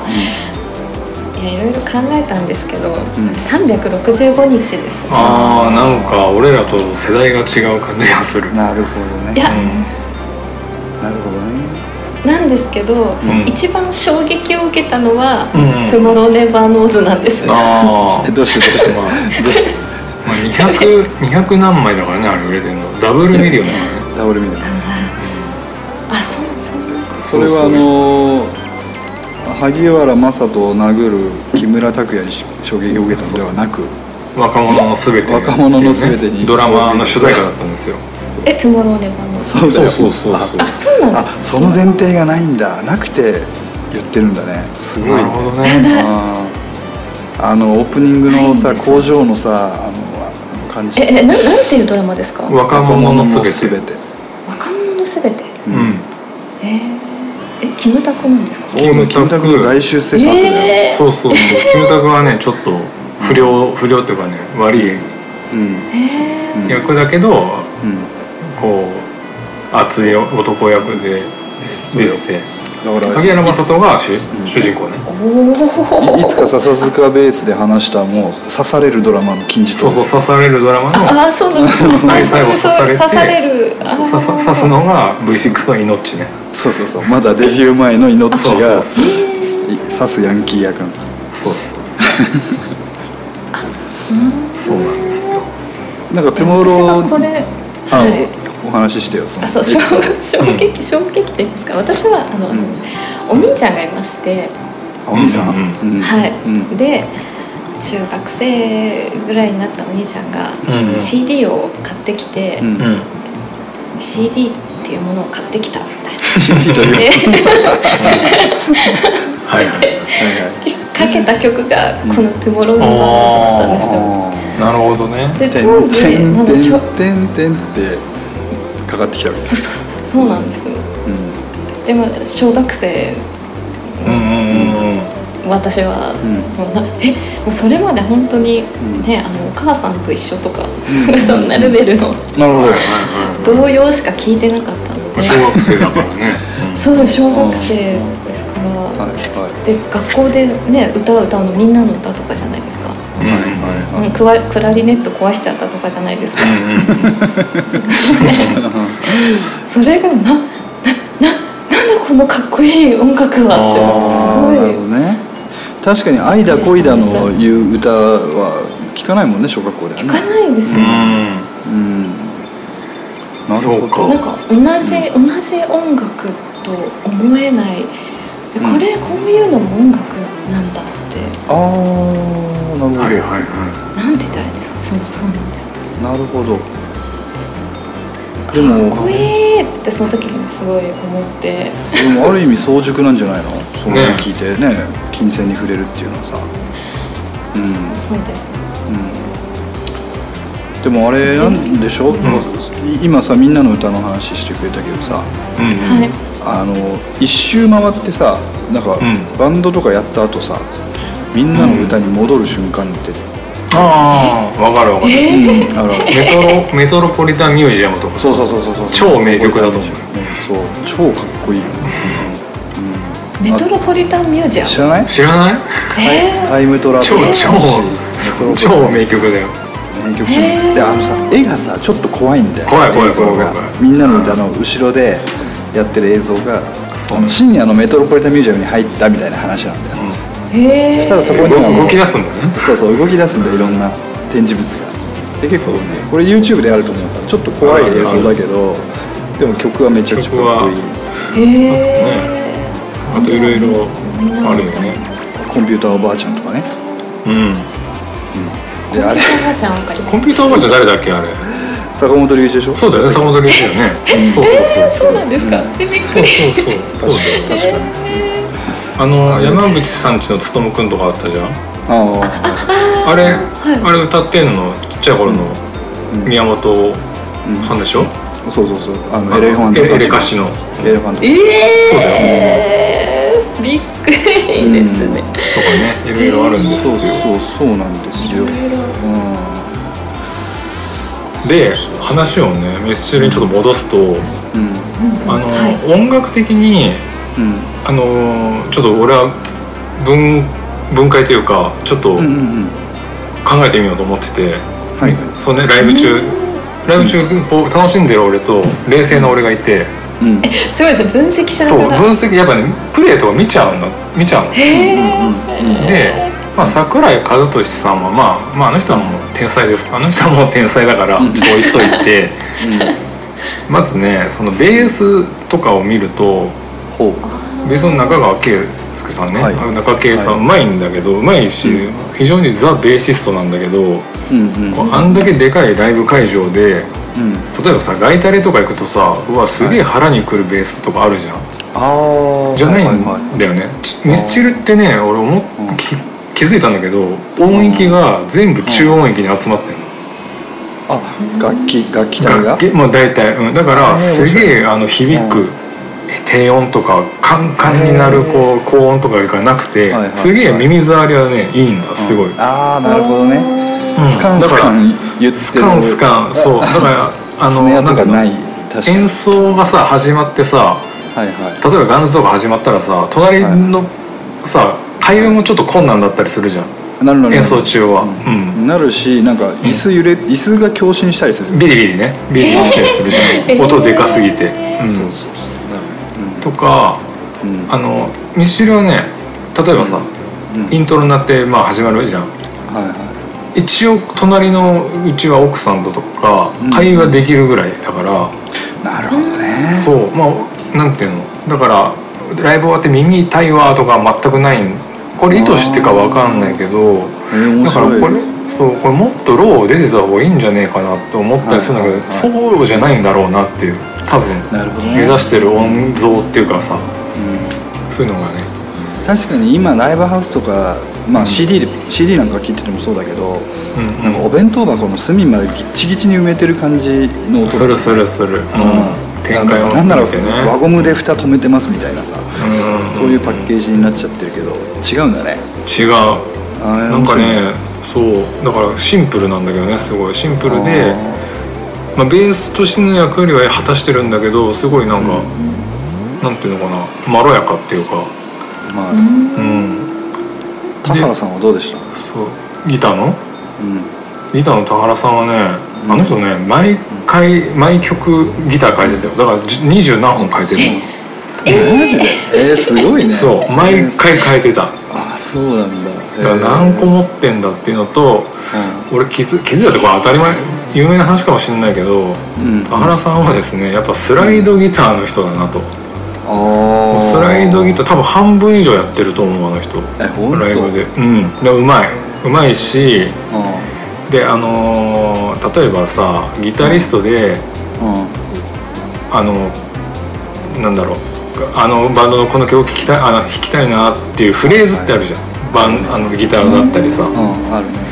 S4: いやいろいろ考えたんですけど、365日ですね
S3: ーあーなんか俺らと世代が違う感じがする
S2: すかなるほどね
S4: いや
S2: なるほどね
S4: なんですけど、
S3: ん
S4: 一番衝撃を受けたのは「
S3: うんうん
S4: トゥモローネバーノーズ」なんです
S3: あ
S2: え
S3: <laughs> あ
S2: どうしてどうして
S3: まあ
S2: どうして
S3: まあ、200, 200何枚だからねあれ売れてんのダブルミリオンだからね
S2: ダブルミル
S4: あそうそうなんだ
S2: それはあのー萩原雅人を殴る木村拓哉に衝撃を受けたのではなく
S3: 若者のすべてに
S2: 若者の全てに
S3: ドラマの主題歌だったんですよ
S4: えトゥモローネバーノーズ
S2: そうだよ
S3: そうそうそう
S4: あそうなんで
S2: あ
S4: す
S2: その前提がないんだなくて言ってるんだねす
S3: なるほどね
S2: あーあのオープニングのさ工場のさあのあの感じ
S4: ええななんていうドラマですか
S3: 若
S4: 若
S3: 者のすべて
S2: 全て
S4: 者のすべて
S3: うん
S4: えキムタクなんですか
S3: キムタク
S2: キムタクの大修正パートだよ、
S4: え
S3: そうそうそうキムタクはねちょっと不良不良っていうかね悪い役だけど、こう熱い男役で出てて
S2: うんだから
S3: 萩原雅人が主,、主人公ね
S2: いいつか笹塚ベースで話したもう刺されるドラマの金字
S3: そう
S2: 塔
S3: そう刺されるドラマの
S4: あそうなんです
S3: 最後刺されて
S4: 刺されるあー
S3: 刺さ刺すのが V6 の命ね
S2: そうそうそうまだデビュー前のイノッチが
S3: そう
S2: い刺すヤンキー役なの
S3: そうそうそうなんですよ
S2: なんかトゥモロ
S4: 私がこ
S2: ー
S4: れ
S2: あ
S4: はい
S2: おお話ししてよその
S4: あそう
S2: エピ
S4: 衝
S2: ソード
S4: 衝撃衝撃って言うんですか私はあの、お兄ちゃんがいまして、
S2: あお兄さん
S3: うん
S2: うん
S4: はい、
S2: うん
S4: で中学生ぐらいになったお兄ちゃんが
S3: うんうん
S4: CD を買ってきて、
S2: うん
S3: うん
S4: CD っていうものを買ってきたみた
S2: <laughs>
S4: いな
S2: CD という
S4: で
S3: <laughs> はい
S2: はいは
S3: はい
S2: い
S4: かけた曲がこの「トゥモロー・のバランス」だったん
S2: あー
S3: なるほどね
S4: ですよで
S2: てん
S4: 当
S2: て
S4: 時ま
S2: ん
S4: だ小
S2: てんてんてんってかかってきたわけ
S4: そうそうそうなんです
S2: うん
S4: でも小学生
S3: うんうんうんうん
S4: 私は、
S2: ん
S4: もうなえもうそれまで本当にね、あのお母さんと一緒とか、 <laughs> そんなレベルの
S2: なるほど
S4: 動揺しか聞いてなかったので、
S3: 小学生だからね
S4: そう小学生ですから、
S2: はいは
S4: で学校でね歌を歌うのみんなの歌とかじゃないですか、
S2: いはいはい
S4: クワクラリネット壊しちゃったとかじゃないですか、 <laughs> それがななななんだこのかっこいい音楽は
S2: あ
S4: っ
S2: あ
S4: て
S2: な
S4: す
S2: る
S4: ご
S2: ほ
S4: い
S2: どね確かに「愛だ恋だ」のいう歌は聞かないもんね小学校では
S4: 聞
S2: ね
S4: かないですよ、
S2: うんなる
S3: そう
S2: ほど
S3: か
S4: なんか同じ、同じ音楽と思えないえこれ、こういうのも音楽なんだって
S2: ああなるほど、
S3: はいはいは
S4: なんて言ったらいいんですかそうそうなんです
S2: なるほどでも
S4: かっこいいってその時にすごい思って
S2: でもある意味早熟なんじゃないのそれを
S3: ね
S2: 聞いてね金銭に触れるっていうのはさうん
S4: そうですね
S2: でもあれなんでしょ、い今さみんなの歌の話してくれたけどさ
S3: いうんうん
S4: はい
S2: あの一周回ってさなんか、
S3: うん
S2: バンドとかやった後さみんなの歌に戻る瞬間って、
S3: ああわかるわか
S2: う
S3: る
S2: んあるある
S3: メトロメトロポリタンミュージアムとか
S2: そうそうそうそうそう
S3: 超名曲だと思う
S2: うんそう超かっこいいよ、
S4: メトロポリタンミュージアム
S2: 知らない
S3: 知らない
S4: え
S2: タイムトラベル
S3: 超
S2: だし
S3: 超超名曲だよ
S2: 名曲
S4: へー
S2: であのさ映画さちょっと怖いんだよ
S3: 怖い怖い
S2: 映像が
S3: 怖い怖い怖い
S2: みんなの歌の後ろでやってる映像が
S3: そうね
S2: 深夜のメトロポリタンミュージアムに入ったみたいな話なんだよ、
S4: ー、へ
S2: そしたらそこにはもう
S3: 動き出すんだよね
S2: そうそう動き出すんだよいろんな展示物がで結構ねこれ YouTube であると思うからちょっと怖い映像だけどでも曲はめちゃくちゃかっこいい
S4: えへえ
S3: あといろいろあるよね
S2: コンピューターおばあちゃんとかね
S3: うん
S2: であれ
S4: あればあちゃんわかります
S3: コンピューターおばあちゃん誰だっけあれ
S2: 坂本龍一でしょ
S3: そうだよね坂本龍一だよねそうそうそう
S4: えー、そうなんですか、 <laughs> えびっく
S3: そう
S4: り
S3: そうそうそうだよ
S2: 確かに
S3: あの山口さんちの勉くんとかあったじゃん
S2: ああ
S3: あれあれ歌ってんのちっちゃい頃の宮本さんでしょ
S2: そうそうそうあのエレファント
S3: エレエレカシの
S2: エレファント
S4: え
S3: そうだよ
S4: えー、びっくりですね、
S3: とかねいろいろあるんです
S2: そう
S3: よ
S2: そうそうなんですよ
S4: いろいろ
S2: う
S3: で話をねミスチルにちょっと戻すと
S2: んうん
S3: あの、
S4: は
S3: 音楽的に
S2: うん
S3: あのちょっと俺は分分解というかちょっと
S2: うんうんうん
S3: 考えてみようと思ってて、
S2: はい
S3: そうねライブ中ライブ中こう楽しんでる俺と冷静な俺がいて、
S2: うん
S4: すごいですね分析しな
S3: そう
S4: がら
S3: 分析やっぱねプレーとか見ちゃうんだ見ちゃうの。
S4: へー
S3: で、まあ、桜井和寿さんは、まあ、まああの人はもう天才ですあの人はもう天才だからちょっと置いといて、まずねそのベースとかを見ると
S2: ほう
S3: ベースの中川圭介さんね、
S2: はい
S3: 中川圭さんうまいんだけどうまいし、非常にザ・ベーシストなんだけど、
S2: うんうん
S3: こうあんだけでかいライブ会場で
S2: うん
S3: 例えばさガイタレとか行くとさうわすげえ腹にくるベースとかあるじゃん。
S2: ああ
S3: じゃない
S2: はいはい
S3: んだよね、ちミスチルってね俺思っき気づいたんだけど音域が全部中音域に集まってる
S2: あ楽器楽器隊
S3: の
S2: が
S3: 楽器もう大体、うん、だか
S2: あー
S3: ら
S2: 面白
S3: す
S2: い
S3: げえあの響く低音とかカンカンになるこう高音とかがなくて
S2: はいはいはい
S3: すげえ耳障りはねいいんだすごい、うん、だ
S2: あ
S3: か
S2: あなるほどね
S3: ら
S2: スカンスカン言ってる
S3: スカンスカンそうだからあの
S2: スネアとかない
S3: んか
S2: 確かに
S3: 演奏がさ始まってさ
S2: はいは
S3: 例えばガンズとか始まったらさ隣のさ会話もちょっと困難だったりするじゃん
S2: いなるなる
S3: 演奏中は、うん
S2: なるしなんか椅子揺れ椅子が共振したりする
S3: <laughs> ビリビリねビリビリしたりするじゃん、
S4: えー
S3: 音でかすぎて、うん
S2: そうそうそうなるね
S3: とか
S2: うん
S3: あのミスチルはね例えば
S2: う
S3: さ、
S2: ん
S3: イントロになってまあ始まるじゃん
S2: はいは
S3: 一応隣のうちは奥さんととか
S2: うん
S3: 会話できるぐらいだから、
S2: いなるほどね
S3: そうまあなんていうのだからライブ終わって耳痛いわとか全くないんこれ意図してかわかんないけど
S2: えー面白い
S3: だからこれそうこれもっとロー出てた方がいいんじゃねえかなと思ったりするんだけど、
S2: はいはいはい
S3: そうじゃないんだろうなっていう多分
S2: なるほどね
S3: 目指してる音像っていうかさ
S2: うん
S3: そういうのがね
S2: 確かに今ライブハウスとか、まあ、CD, で CD なんか聴いててもそうだけど、
S3: うん
S2: なんかお弁当箱の隅までギッチギチに埋めてる感じの音が
S3: するするする、うん
S2: うん、
S3: 展開を
S2: なんなら
S3: 見てね
S2: 輪ゴムで蓋止めてますみたいなさ、
S3: うんうん
S2: そういうパッケージになっちゃってるけど違うんだね
S3: 違う
S2: あー
S3: なんかね
S2: 面白い
S3: そうだからシンプルなんだけどねすごいシンプルで
S2: あ
S3: まあ、ベースとしての役割は果たしてるんだけどすごいなんか、なんていうのかなまろやかっていうか、
S2: ーまあ、
S3: うん、
S2: 田原さんはどうでした、
S3: そうギターの
S2: うん、
S3: ギターの田原さんはね、あの人ね毎回毎曲ギター変えてたよだから二十何本変えてるの、
S2: マジでえー、すごいね
S3: そう毎
S2: えー
S3: 回変えてた
S2: あーそうなんだ
S3: だから何個
S2: も、
S3: 持ってんだっていうのと、俺気づ気づいたってこれ当たり前有名な話かもしれないけ
S2: う
S3: ど、
S2: ん
S3: 田原さんはですねやっぱスライドギターの人だなと。
S2: うん、あー
S3: スライドギター多分半分以上やってると思うあの人
S2: えほんと
S3: ライブでうんでうまいうまいし
S2: う
S3: であのー例えばさギタリスト
S2: んう
S3: で、
S2: ん
S3: あのなんだろうあのバンドのこの曲聴きたいあの弾きたいなっていうフレーズってあるじゃん、バンあのギターだったりさ、
S2: うんあるね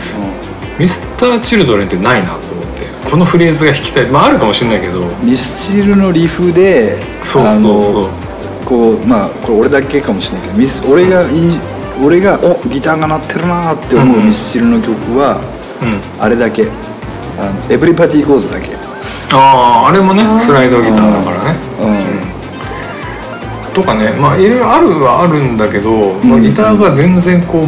S3: ミスター・チルドレンってないなと思ってこのフレーズが弾きたいまああるかもしれないけど
S2: うんミスチルのリフで
S3: そうそうそう
S2: あのこうまあこれ俺だけかもしれないけどミス俺がいい俺がおギターが鳴ってるなーって思うミスチルの曲は、
S3: うん
S2: あれだけあのエブリパティゴーズだけ
S3: あああれもねスライドギターだからね
S2: う
S3: とかねまあいろいろあるはあるんだけど、まあ、
S2: うん
S3: ギターが全然こう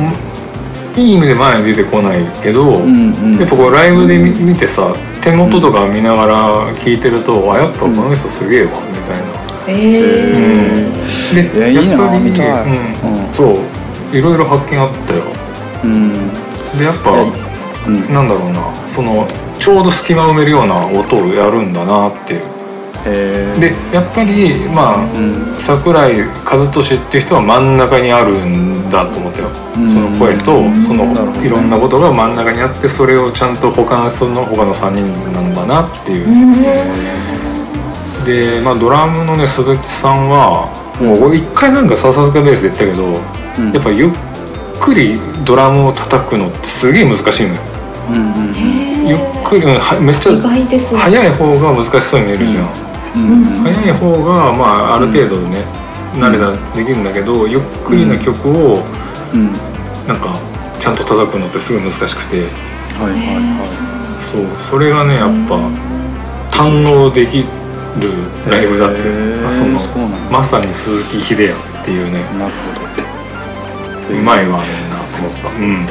S3: いい意味で前に出てこないけど、
S2: んうん
S3: やっぱこうライブで見,、てさ手元とか見ながら聴いてると、あやっぱこの人すげえわみたいな。
S4: えー
S3: で
S2: いやいいな見たい
S3: うん
S2: うん
S3: そういろいろ発見あったよ。
S2: んうん
S3: でやっぱ
S2: いやうん
S3: なんだろうなそのちょうど隙間を埋めるような音をやるんだなっていう。
S2: えー
S3: でやっぱりまあ、
S2: うん
S3: 桜井和寿っていう人は真ん中にあるんだと思ったよ、
S2: うん
S3: その声とその
S2: なるほどね
S3: いろんなことが真ん中にあってそれをちゃんと他のその他の3人なんだなっていう、で、まあ、ドラムのね鈴木さんはもう俺一回なんか笹塚ベースで言ったけど、
S2: ん
S3: やっぱゆっくりドラムを叩くのってすげえ難しいのよ、
S2: うんうん
S3: ゆっくりうんはめっちゃ
S4: 意外ですね
S3: 早い方が難しそうに見えるじゃん
S2: うんうん
S3: 早い方がまあある程度ね、慣れたできるんだけどゆっくりな曲
S2: う
S3: を
S2: ん
S3: なんかちゃんと叩くのってすごい難しくて
S2: はいはいは
S3: そうそれがねやっぱ堪能できるライブだって、
S2: へー
S3: あその
S2: そうなんだ
S3: まさに鈴木秀也っていうね
S2: いなるほど
S3: うまいわみんなと思った、うん、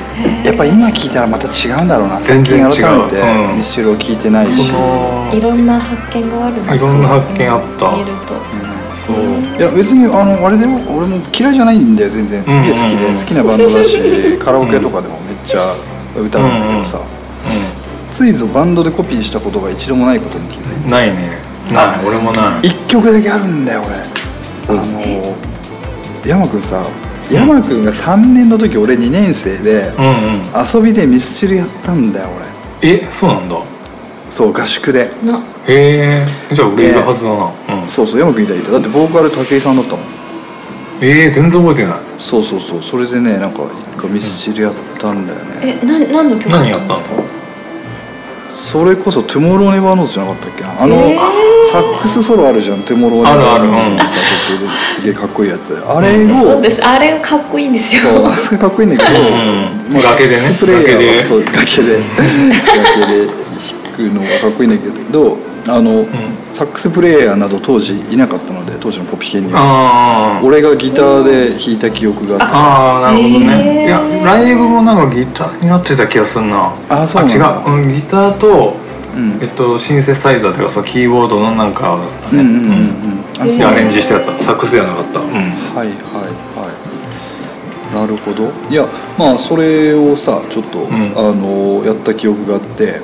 S2: やっぱ今聞いたらまた違うんだろうな
S3: 全然違う
S2: 最近改め
S3: う
S2: て
S3: ん
S2: ミスチルを聞いてないし、
S3: その
S4: いろんな発見があるんですね
S3: いろんな発見あった
S4: 見ると
S3: そう
S2: いや別にあのあれでも俺も嫌いじゃないんだよ全然好きで好き
S3: うんうんう
S2: で
S3: ん
S2: 好きなバンドだ
S3: <laughs>
S2: しカラオケとかでもめっちゃ歌うんだけどさついぞバンドでコピーしたことが一度もないことに気づい
S3: うんないねない俺もな
S2: て
S3: い
S2: 1曲だけあるんだよ俺あの山くんさ山くんが3年の時俺2年生で
S3: うんうん
S2: 遊びでミスチルやったんだよ俺
S3: えそうなんだ
S2: そう合宿で
S4: な
S3: へえじゃあ俺いるはずだな、うん
S2: そうそう山くんいたいただってボーカル武井さんだったもん
S3: えー、全然覚えてない
S2: そうそうそうそれでねなんか一回ミスチルやったんだよね
S4: えな何の曲
S3: 何やったの
S2: それこそ「トゥモロー・ネバー・ノーズ」じゃなかったっけなあの、
S4: えー
S2: サックスソロあるじゃん「トゥモロー・ネバー・ノーズ」
S3: あるあるうん
S2: さ途中ですげえかっこいいやつあれを、
S4: そうですあれがかっこいいんですよ
S2: そうあれかっこいいんだけど、
S3: うん
S2: まあ
S3: 崖でね
S2: スプレー
S3: 崖
S2: ヤー
S3: で
S2: はそう崖で崖で弾くのがかっこいいんだけどあの、サックスプレーヤーなど当時いなかったので当時のポピケには
S3: あー
S2: 俺がギターで弾いた記憶があった
S3: あーなるほどね、
S4: へー
S3: いやライブもなんかギターになってた気がするな
S2: あそうなんだ
S3: あ違う、うん、ギターと
S2: うん
S3: えっと、シンセサイザーというかそのキーボードのなんかだった
S2: うん
S3: ね、
S2: うんうんうんあ
S4: で
S2: そう
S3: で
S2: な
S3: ア
S2: んだ
S3: レンジしてあったサックスではなかった、うん
S2: はいはいはいなるほどいやまあそれをさちょっと、あのやった記憶があって、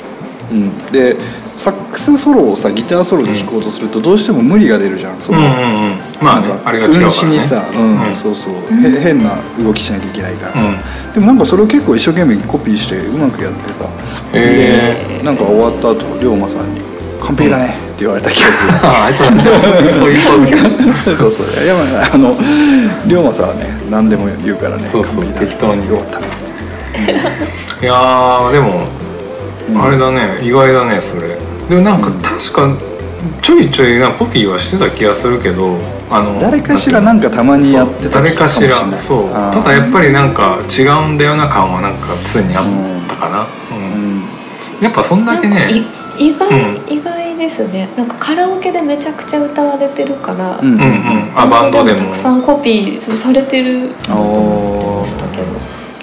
S2: うん、でサックスソロをさギターソロで弾こうとするとどうしても無理が出るじゃんそ
S3: うん
S2: の、
S3: うんうんまあ
S2: なん
S3: ね
S2: か
S3: あれが違うからね
S2: 漆にさ、うん
S3: うん
S2: そうそう、へ変な動きしなきゃいけないからさ、
S3: うん
S2: でもなんかそれを結構一生懸命コピーしてうまくやってさ、
S3: へ
S2: でなんか終わった後龍馬さんに「完璧だね」って言われた記憶が
S3: ああいつ
S2: <laughs>
S3: らそういうそういう
S2: そうそういやまああの龍馬さんはね何でも言うからね
S3: そうそう
S2: 完璧だ
S3: 適当に
S2: よかったなって
S3: いやーでも、あれだね意外だねそれでもなんか確かちょいちょいなコピーはしてた気がするけどあの
S2: 誰かしらなんかたまにやってた
S3: 誰かしら
S2: も
S3: そう
S2: あー
S3: ただやっぱりなんか違うんだよな感はなんか常にあったかな、うん
S2: うん
S3: やっぱそんだけ
S4: なんかい
S3: ね
S4: 意外、
S3: う
S4: 意外ですねなんかカラオケでめちゃくちゃ歌われてるから、
S2: うん
S3: うんうんあバンドでも
S4: たくさんコピーそうされてるなと思ってましたけど
S2: あ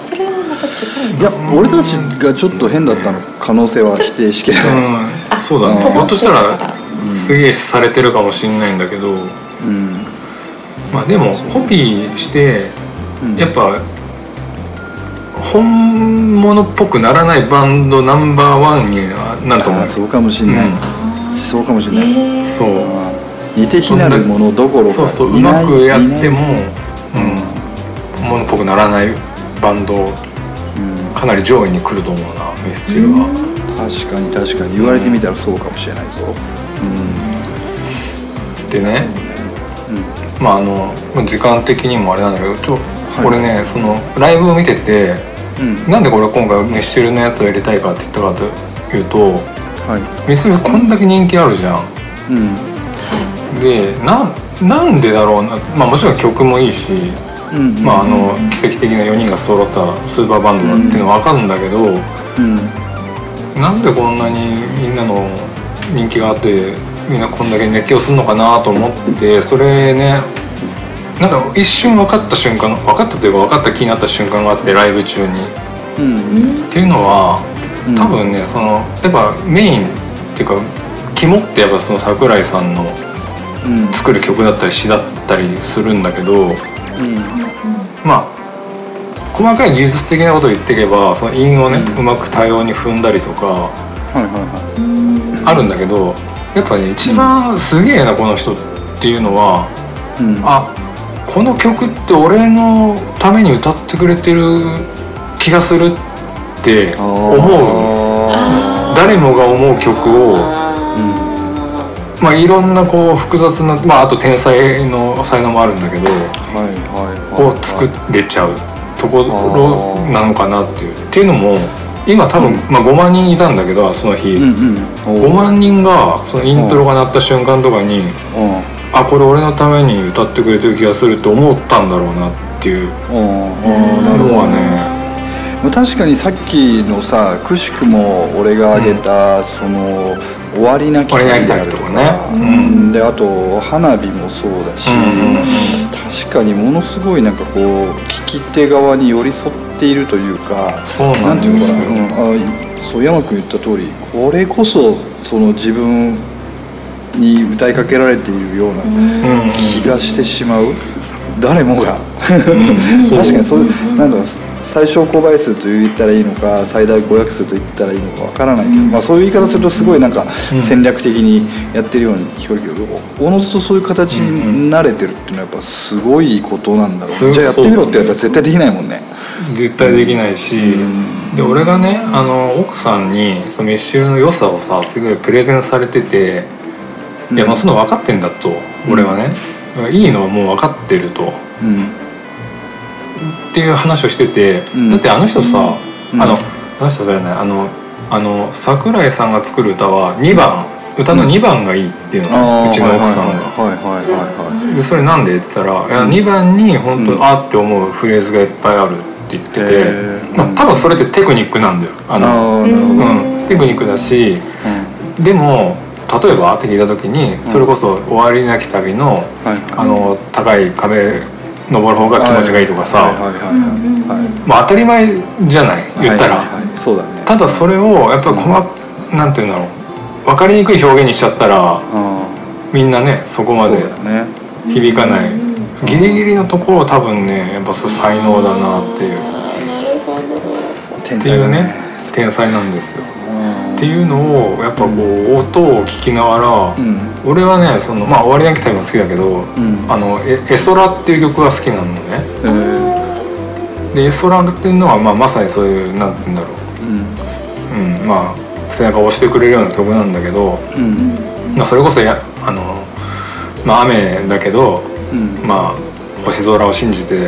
S4: それはまた違うん
S2: い
S4: で
S2: や
S4: す
S2: 俺たちがちょっと変だったの可能性は否定しきれない、
S3: う
S4: あ
S3: んそうだね
S4: 尖っ
S3: ひ
S4: てる
S3: ょっとした
S4: からら
S3: すげえされてるかもしんないんだけど
S2: うん
S3: まあでもコピーして
S2: うん
S3: やっぱ本物っぽくならないバンドナンバーワンにはなんと
S2: あ
S3: 思
S2: あ
S3: う
S2: そうかもしんない、
S3: うん
S4: あ
S2: そうかもしん
S4: ー
S2: ない、
S4: へー
S3: そう
S2: あー似て非なるものどころか
S3: そうそうう
S2: いな
S3: ま
S2: い
S3: くやって
S2: い
S3: も
S2: ない、
S3: うん、本物っぽくならないバンド
S2: うん、
S3: かなり上位に来ると思うなミスチルは。
S2: 確かに確かに言われてみたらそうかもしれないぞ
S3: でね、まああのもう時間的にもあれなんだけどちょ、
S2: い
S3: これねそのライブを見てて
S2: うん、うん、
S3: なんでこれ今回ミスチルのやつを入れたいかって言ったかというと
S2: はい
S3: ミスチルこんだけ人気あるじゃん。
S2: うん
S3: でななんでだろうな、まあ、もちろん曲もいいし、
S2: うんうん
S3: まあ、あの奇跡的な4人が揃ったスーパーバンドだっていうのは分かるんだけど、
S2: うん
S3: なんでこんなにみんなの人気があってみんなこんだけ熱狂するのかなと思ってそれねなんか一瞬分かった瞬間分かったというか分かった気になった瞬間があってライブ中に。
S2: うん
S3: っていうのは
S2: うん
S3: 多分ね、そのやっぱメインっていうか肝ってやっぱその桜井さんの
S2: うん
S3: 作る曲だったり詩だったりするんだけど
S2: うん
S3: まあ細かい技術的なことを言っていけばその韻をね、うまく多様に踏んだりとか
S2: はいはいは
S3: あるんだけどやっぱね一番すげえなこの人っていうのは、
S2: いうん
S3: あこの曲って俺のために歌ってくれてる気がするって思う
S2: あ
S3: 誰もが思う曲を
S4: あ
S3: まあ、いろんなこう複雑な、まあ、あと天才の才能もあるんだけど
S2: ーはいはいはい
S3: を作れちゃうところなのかなっていう。っていうのも今多分、まあ、5万人いたんだけどその日、
S2: うんうん
S3: 5万人がそのイントロが鳴った瞬間とかに、
S2: うん
S3: あこれ俺のために歌ってくれてる気がすると思ったんだろうなっていう
S2: うんなるほ
S3: の
S2: ど
S3: はね
S2: 確かにさっきのさくしくも俺が挙げた、その終わりなき旅であるとか
S3: 終わりなき旅とかね
S2: うんであと花火もそうだし、確かにものすごいなんかこう聞き手側に寄り添っているというか
S3: そう
S2: な
S3: なんん
S2: ていうの
S3: です
S2: か
S3: よ、
S2: な、うん、あそう山君言った通りこれこそその自分に歌いかけられているような
S3: うん
S2: 気がしてしまう、誰もが、 <laughs> 確かにそうなんだか最小公倍数と言ったらいいのか最大公約数と言ったらいいのかわからないけど、まあ、そういう言い方するとすごいなんか戦略的にやってるように聞こえるけどおのずとそういう形に慣れてるっていうのはやっぱすごいことなんだろう、
S3: そう
S2: じゃあやってみろってやったら絶対できないもんね。
S3: 絶対できないし、で俺がねあの奥さんにそのミッシュルの良さをさすごいプレゼンされてて、いやまあそんなの分かってんだと俺はね、いいのはもう分かってると
S2: うん
S3: っていう話をしてて、
S2: うん
S3: だってあの人さ、
S2: うん
S3: あのあの人じゃないあのあの桜井さんが作る歌は2番歌の2番がいいっていうの
S2: あ
S3: ね
S2: ー
S3: うちの奥さんが。
S2: はいはいはいはいはい
S3: でそれなんでって言ったらいや2番に本当、あーって思うフレーズがいっぱいあるって言ってて、
S2: へー
S3: まあ、多分それってテクニックなんだよあの
S2: あーなるほど、
S3: うん、テクニックだしでも例えばって聞いた時にそれこそ終わりなき旅の,、
S2: はい
S3: あの高い壁登る方が気持ちがいいとかさ、
S2: はいはいはいはいはい
S3: まあ、当たり前じゃない言ったら、
S2: はいはいはいそうだね
S3: ただそれをやっぱ細、なんていうんだろう分かりにくい表現にしちゃったら
S2: あ
S3: みんなねそこ
S2: あ
S3: ま
S2: そ
S3: で
S2: うだね
S3: 響かない
S4: うん
S3: ギリギリのところは多分ねやっぱそれ才能だなっていうっ
S4: あーなるほど
S2: 天
S3: て
S2: 才
S3: い
S2: だ
S3: う
S2: ね
S3: ね天才なんですよ。
S2: うん
S3: っていうのをやっぱこう音を聞きながら、
S2: うん
S3: 俺はねそのまあ終わりなき旅も好きだけど、
S2: ん
S3: あのえエソラっていう曲が好きなのね。
S2: えー
S3: でエソラっていうのはまあまさにそういうなんて言うんだろう、
S2: う
S3: うん、まあ背中を押してくれるような曲なんだけど、
S2: んうん
S3: まあそれこそやあのまあ雨だけど
S2: うん
S3: まあ星空を信じて、
S2: うん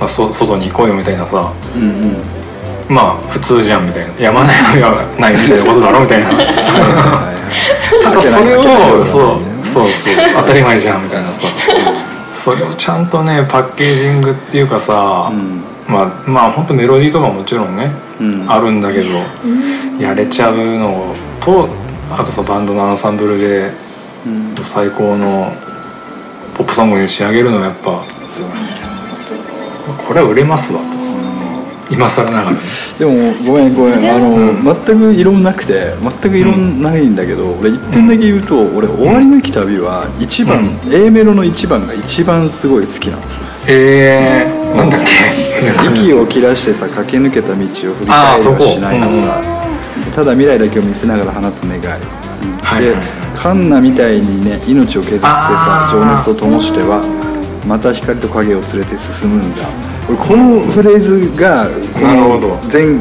S3: まあ、そ外に行こうよみたいなさ。
S2: うんうん
S3: まあ普通じゃんみたいな山ないのはないみたいなことだろみた
S2: <laughs>
S3: いなただそれをそうそうそう当たり前じゃんみたいなさそれをちゃんとねパッケージングっていうかさ、
S2: うん
S3: まあまあ本当メロディーとかももちろんね、
S2: うん
S3: あるんだけど、やれちゃうのとあとそのバンドのアンサンブルで
S2: うん
S3: 最高のポップソングに仕上げるのはやっぱ
S2: そう
S3: これは売れますわと今更ながらね。
S2: でもごめんごめ
S4: それ
S2: ん
S4: は
S2: あの、
S3: うん
S2: 全く異論なくて全く異論ないんだけど、俺一点だけ言うと、俺「終わりなき旅」は一番、A メロの一番が一番すごい好きなの
S3: えー、なんだっ <laughs> け
S2: 息を切らしてさ駆け抜けた道を振り
S3: あー
S2: 返り
S3: そ
S2: は
S3: こ
S2: しないのさ、ただ未来だけを見せながら放つ願い、うん
S3: はい
S2: で
S3: はいはい
S2: カンナみたいにね命を削ってさ
S3: あー
S2: 情熱を灯してはまた光と影を連れて進むんだ俺このフレーズがこ
S3: なるほ
S2: の
S3: ど
S2: 全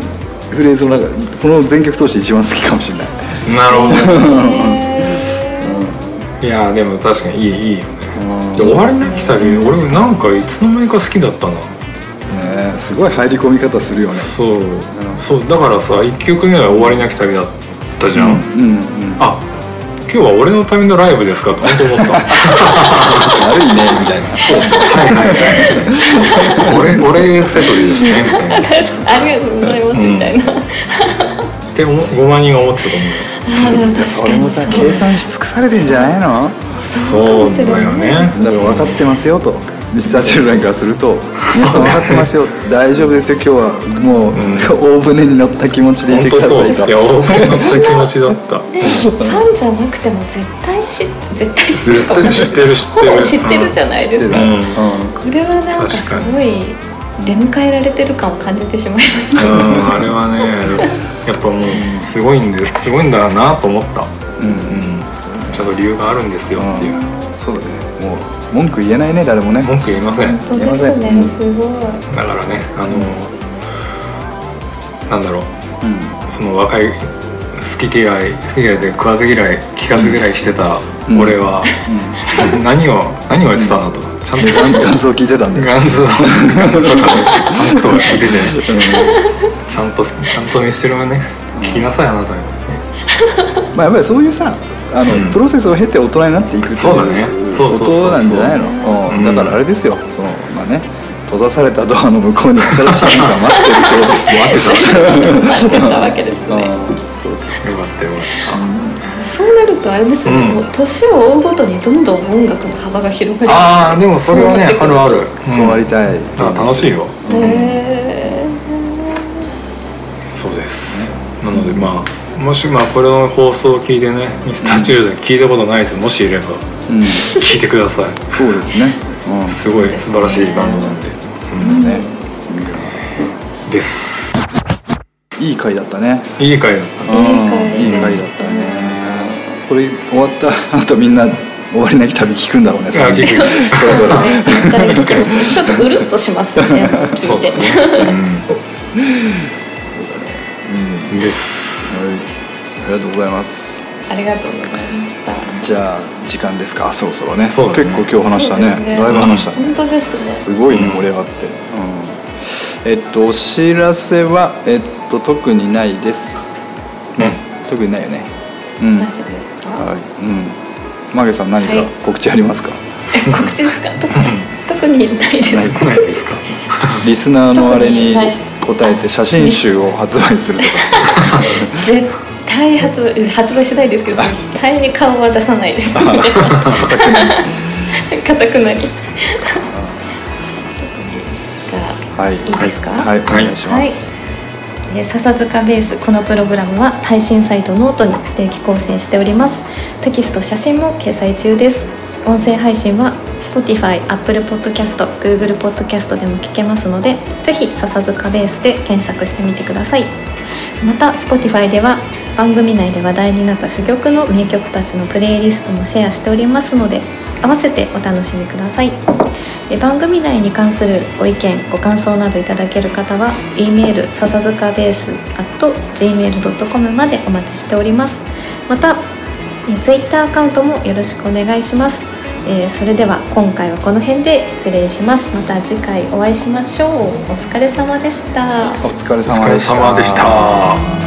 S2: フレーズの中この全曲通して一番好きかもしれない
S3: なるほ
S4: へ
S3: どいやーでも確かにいいいいよね
S2: うん
S3: で終わりなき旅俺もなんかいつの間にか好きだったな
S2: ねすごい入り込み方するよね
S3: そうそうだからさ1曲目は終わりなき旅だったじゃん、
S2: うんうん
S3: あ今日は俺のためのライブですかと本当思った <laughs>
S2: 悪いねみたいなそう
S3: はいはいはい俺俺セトリですねみたいな
S4: ー確かにありがとうございますみたいな、あ
S3: って思5万人が思ってたと思うよ
S4: ーでも確かに
S2: それもさ計算し尽くされてんじゃないの
S4: そうかもしれない
S3: そうだよね
S2: だから分かってますよとミスターチルドレンからすると皆さん分かってますよ大丈夫ですよ今日はもう、大船に乗った気持ちでい
S3: 本
S2: て
S3: 当
S2: くだ
S3: そう
S2: さ
S3: で
S2: いと
S3: すよ思った気持ちだった
S4: でファンじゃなくても絶対し絶対知ってるかも
S3: 絶対知ってる知ってる
S4: ほぼ知ってるじゃないですか、
S3: うん
S4: これはなんかすごい出迎えられてる感を感じてしまいますね
S3: うんあれはねやっぱもうすごいんですごいんだなと思った
S2: うんうん
S3: うんちゃんと理由があるんですよっていう、
S2: そうだねもう文句言えないね誰もね
S3: 文句言いません
S4: 本当ですね
S2: うん
S4: すごい
S3: だからねあのなんだろう
S2: う
S3: その若い好き嫌い好き嫌いで食わず嫌い聞かず嫌いしてた
S2: うん
S3: 俺は、何を何をやってたんだとちゃんと
S2: ん感想 <laughs> 聞いてたんで
S3: ガンズのパンクとか聞いててちゃんとちゃんとミスチルをね聞きなさいあなたに
S2: まあやっぱりそういうさあの、
S3: うん
S2: プロセスを経て大人になっていくっていう
S3: そうだねそうそうそうそう
S2: ことなんじゃないの、うん
S3: うん
S2: だからあれですよそのまあね閉ざされたドアの向こうに新しい何か待ってるってことですもうあってし
S4: 待ってたわけです
S2: まう
S4: ね
S2: うんそうそう
S3: よかったよかった
S4: そうなるとあれですね、
S3: うん
S4: もう年を追うごとにどんどん音楽の幅が広がり
S3: ああ
S4: ます
S3: でもそれはねあるある、
S2: そうありたい、
S3: だから楽しいよ
S4: へえ
S3: そうですなのでまあもしまあこれの放送を聞いてねミスターチルドレン聞いたことない人もしいれば
S2: うん
S3: 聞いてください
S2: そうですね。うん。
S3: すごい素晴らしいバンドなんで
S2: そうですね。
S3: です
S2: いい回だったね。
S3: いい回だったね
S2: うん
S4: いい回で
S2: い
S4: す
S2: い回だったね。これ終わった後みんな終わりなき旅聞くんだろうね。
S3: あ聞
S2: そ <laughs> れ
S3: く
S2: ぞれ。
S4: 絶対聞きますちょっとうるっとしますね聞いて、
S3: うんです
S2: はい。ありがとうございます。
S4: ありがとうございました
S2: じゃあ時間ですか。そろそろね。
S3: そうだね
S2: 結構今日話したね
S4: そうです。ね
S2: だいぶ話したね。
S4: 本当ですね
S2: すごいね盛り上がって。うん。えっとお知らせはえっと特にないです。ね。特にないよね。うん。
S4: なしですか、
S2: はい。うん。マゲさん何か
S4: はい
S2: 告知ありますか。
S4: え告知ですか特に特にないです
S2: ない
S3: 来ないですか
S2: リスナーのあれに
S4: はい
S2: 答えて写真集を発売すると
S4: 絶対発売発売しないですけど絶対に顔は出さない <laughs> ですかたくなりじゃ
S2: か。はい。
S4: あいいですか
S2: はい、お願いします。
S4: はい、ええー笹塚ベースこのプログラムは配信サイトノートに不定期更新しておりますテキスト写真も掲載中です音声配信は Spotify、Apple Podcast、Google Podcast でも聞けますのでぜひ笹塚ベースで検索してみてくださいまた Spotify では番組内で話題になった珠玉の名曲たちのプレイリストもシェアしておりますので合わせてお楽しみくださいえ番組内に関するご意見ご感想などいただける方は e メール笹塚ベース at gmail.com までお待ちしておりますまたえ Twitter アカウントもよろしくお願いしますえーそれでは今回はこの辺で失礼しますまた次回お会いしましょうお疲れ様でした
S2: お疲れ
S3: お疲
S2: 様
S3: れ
S2: でした
S3: 様でした。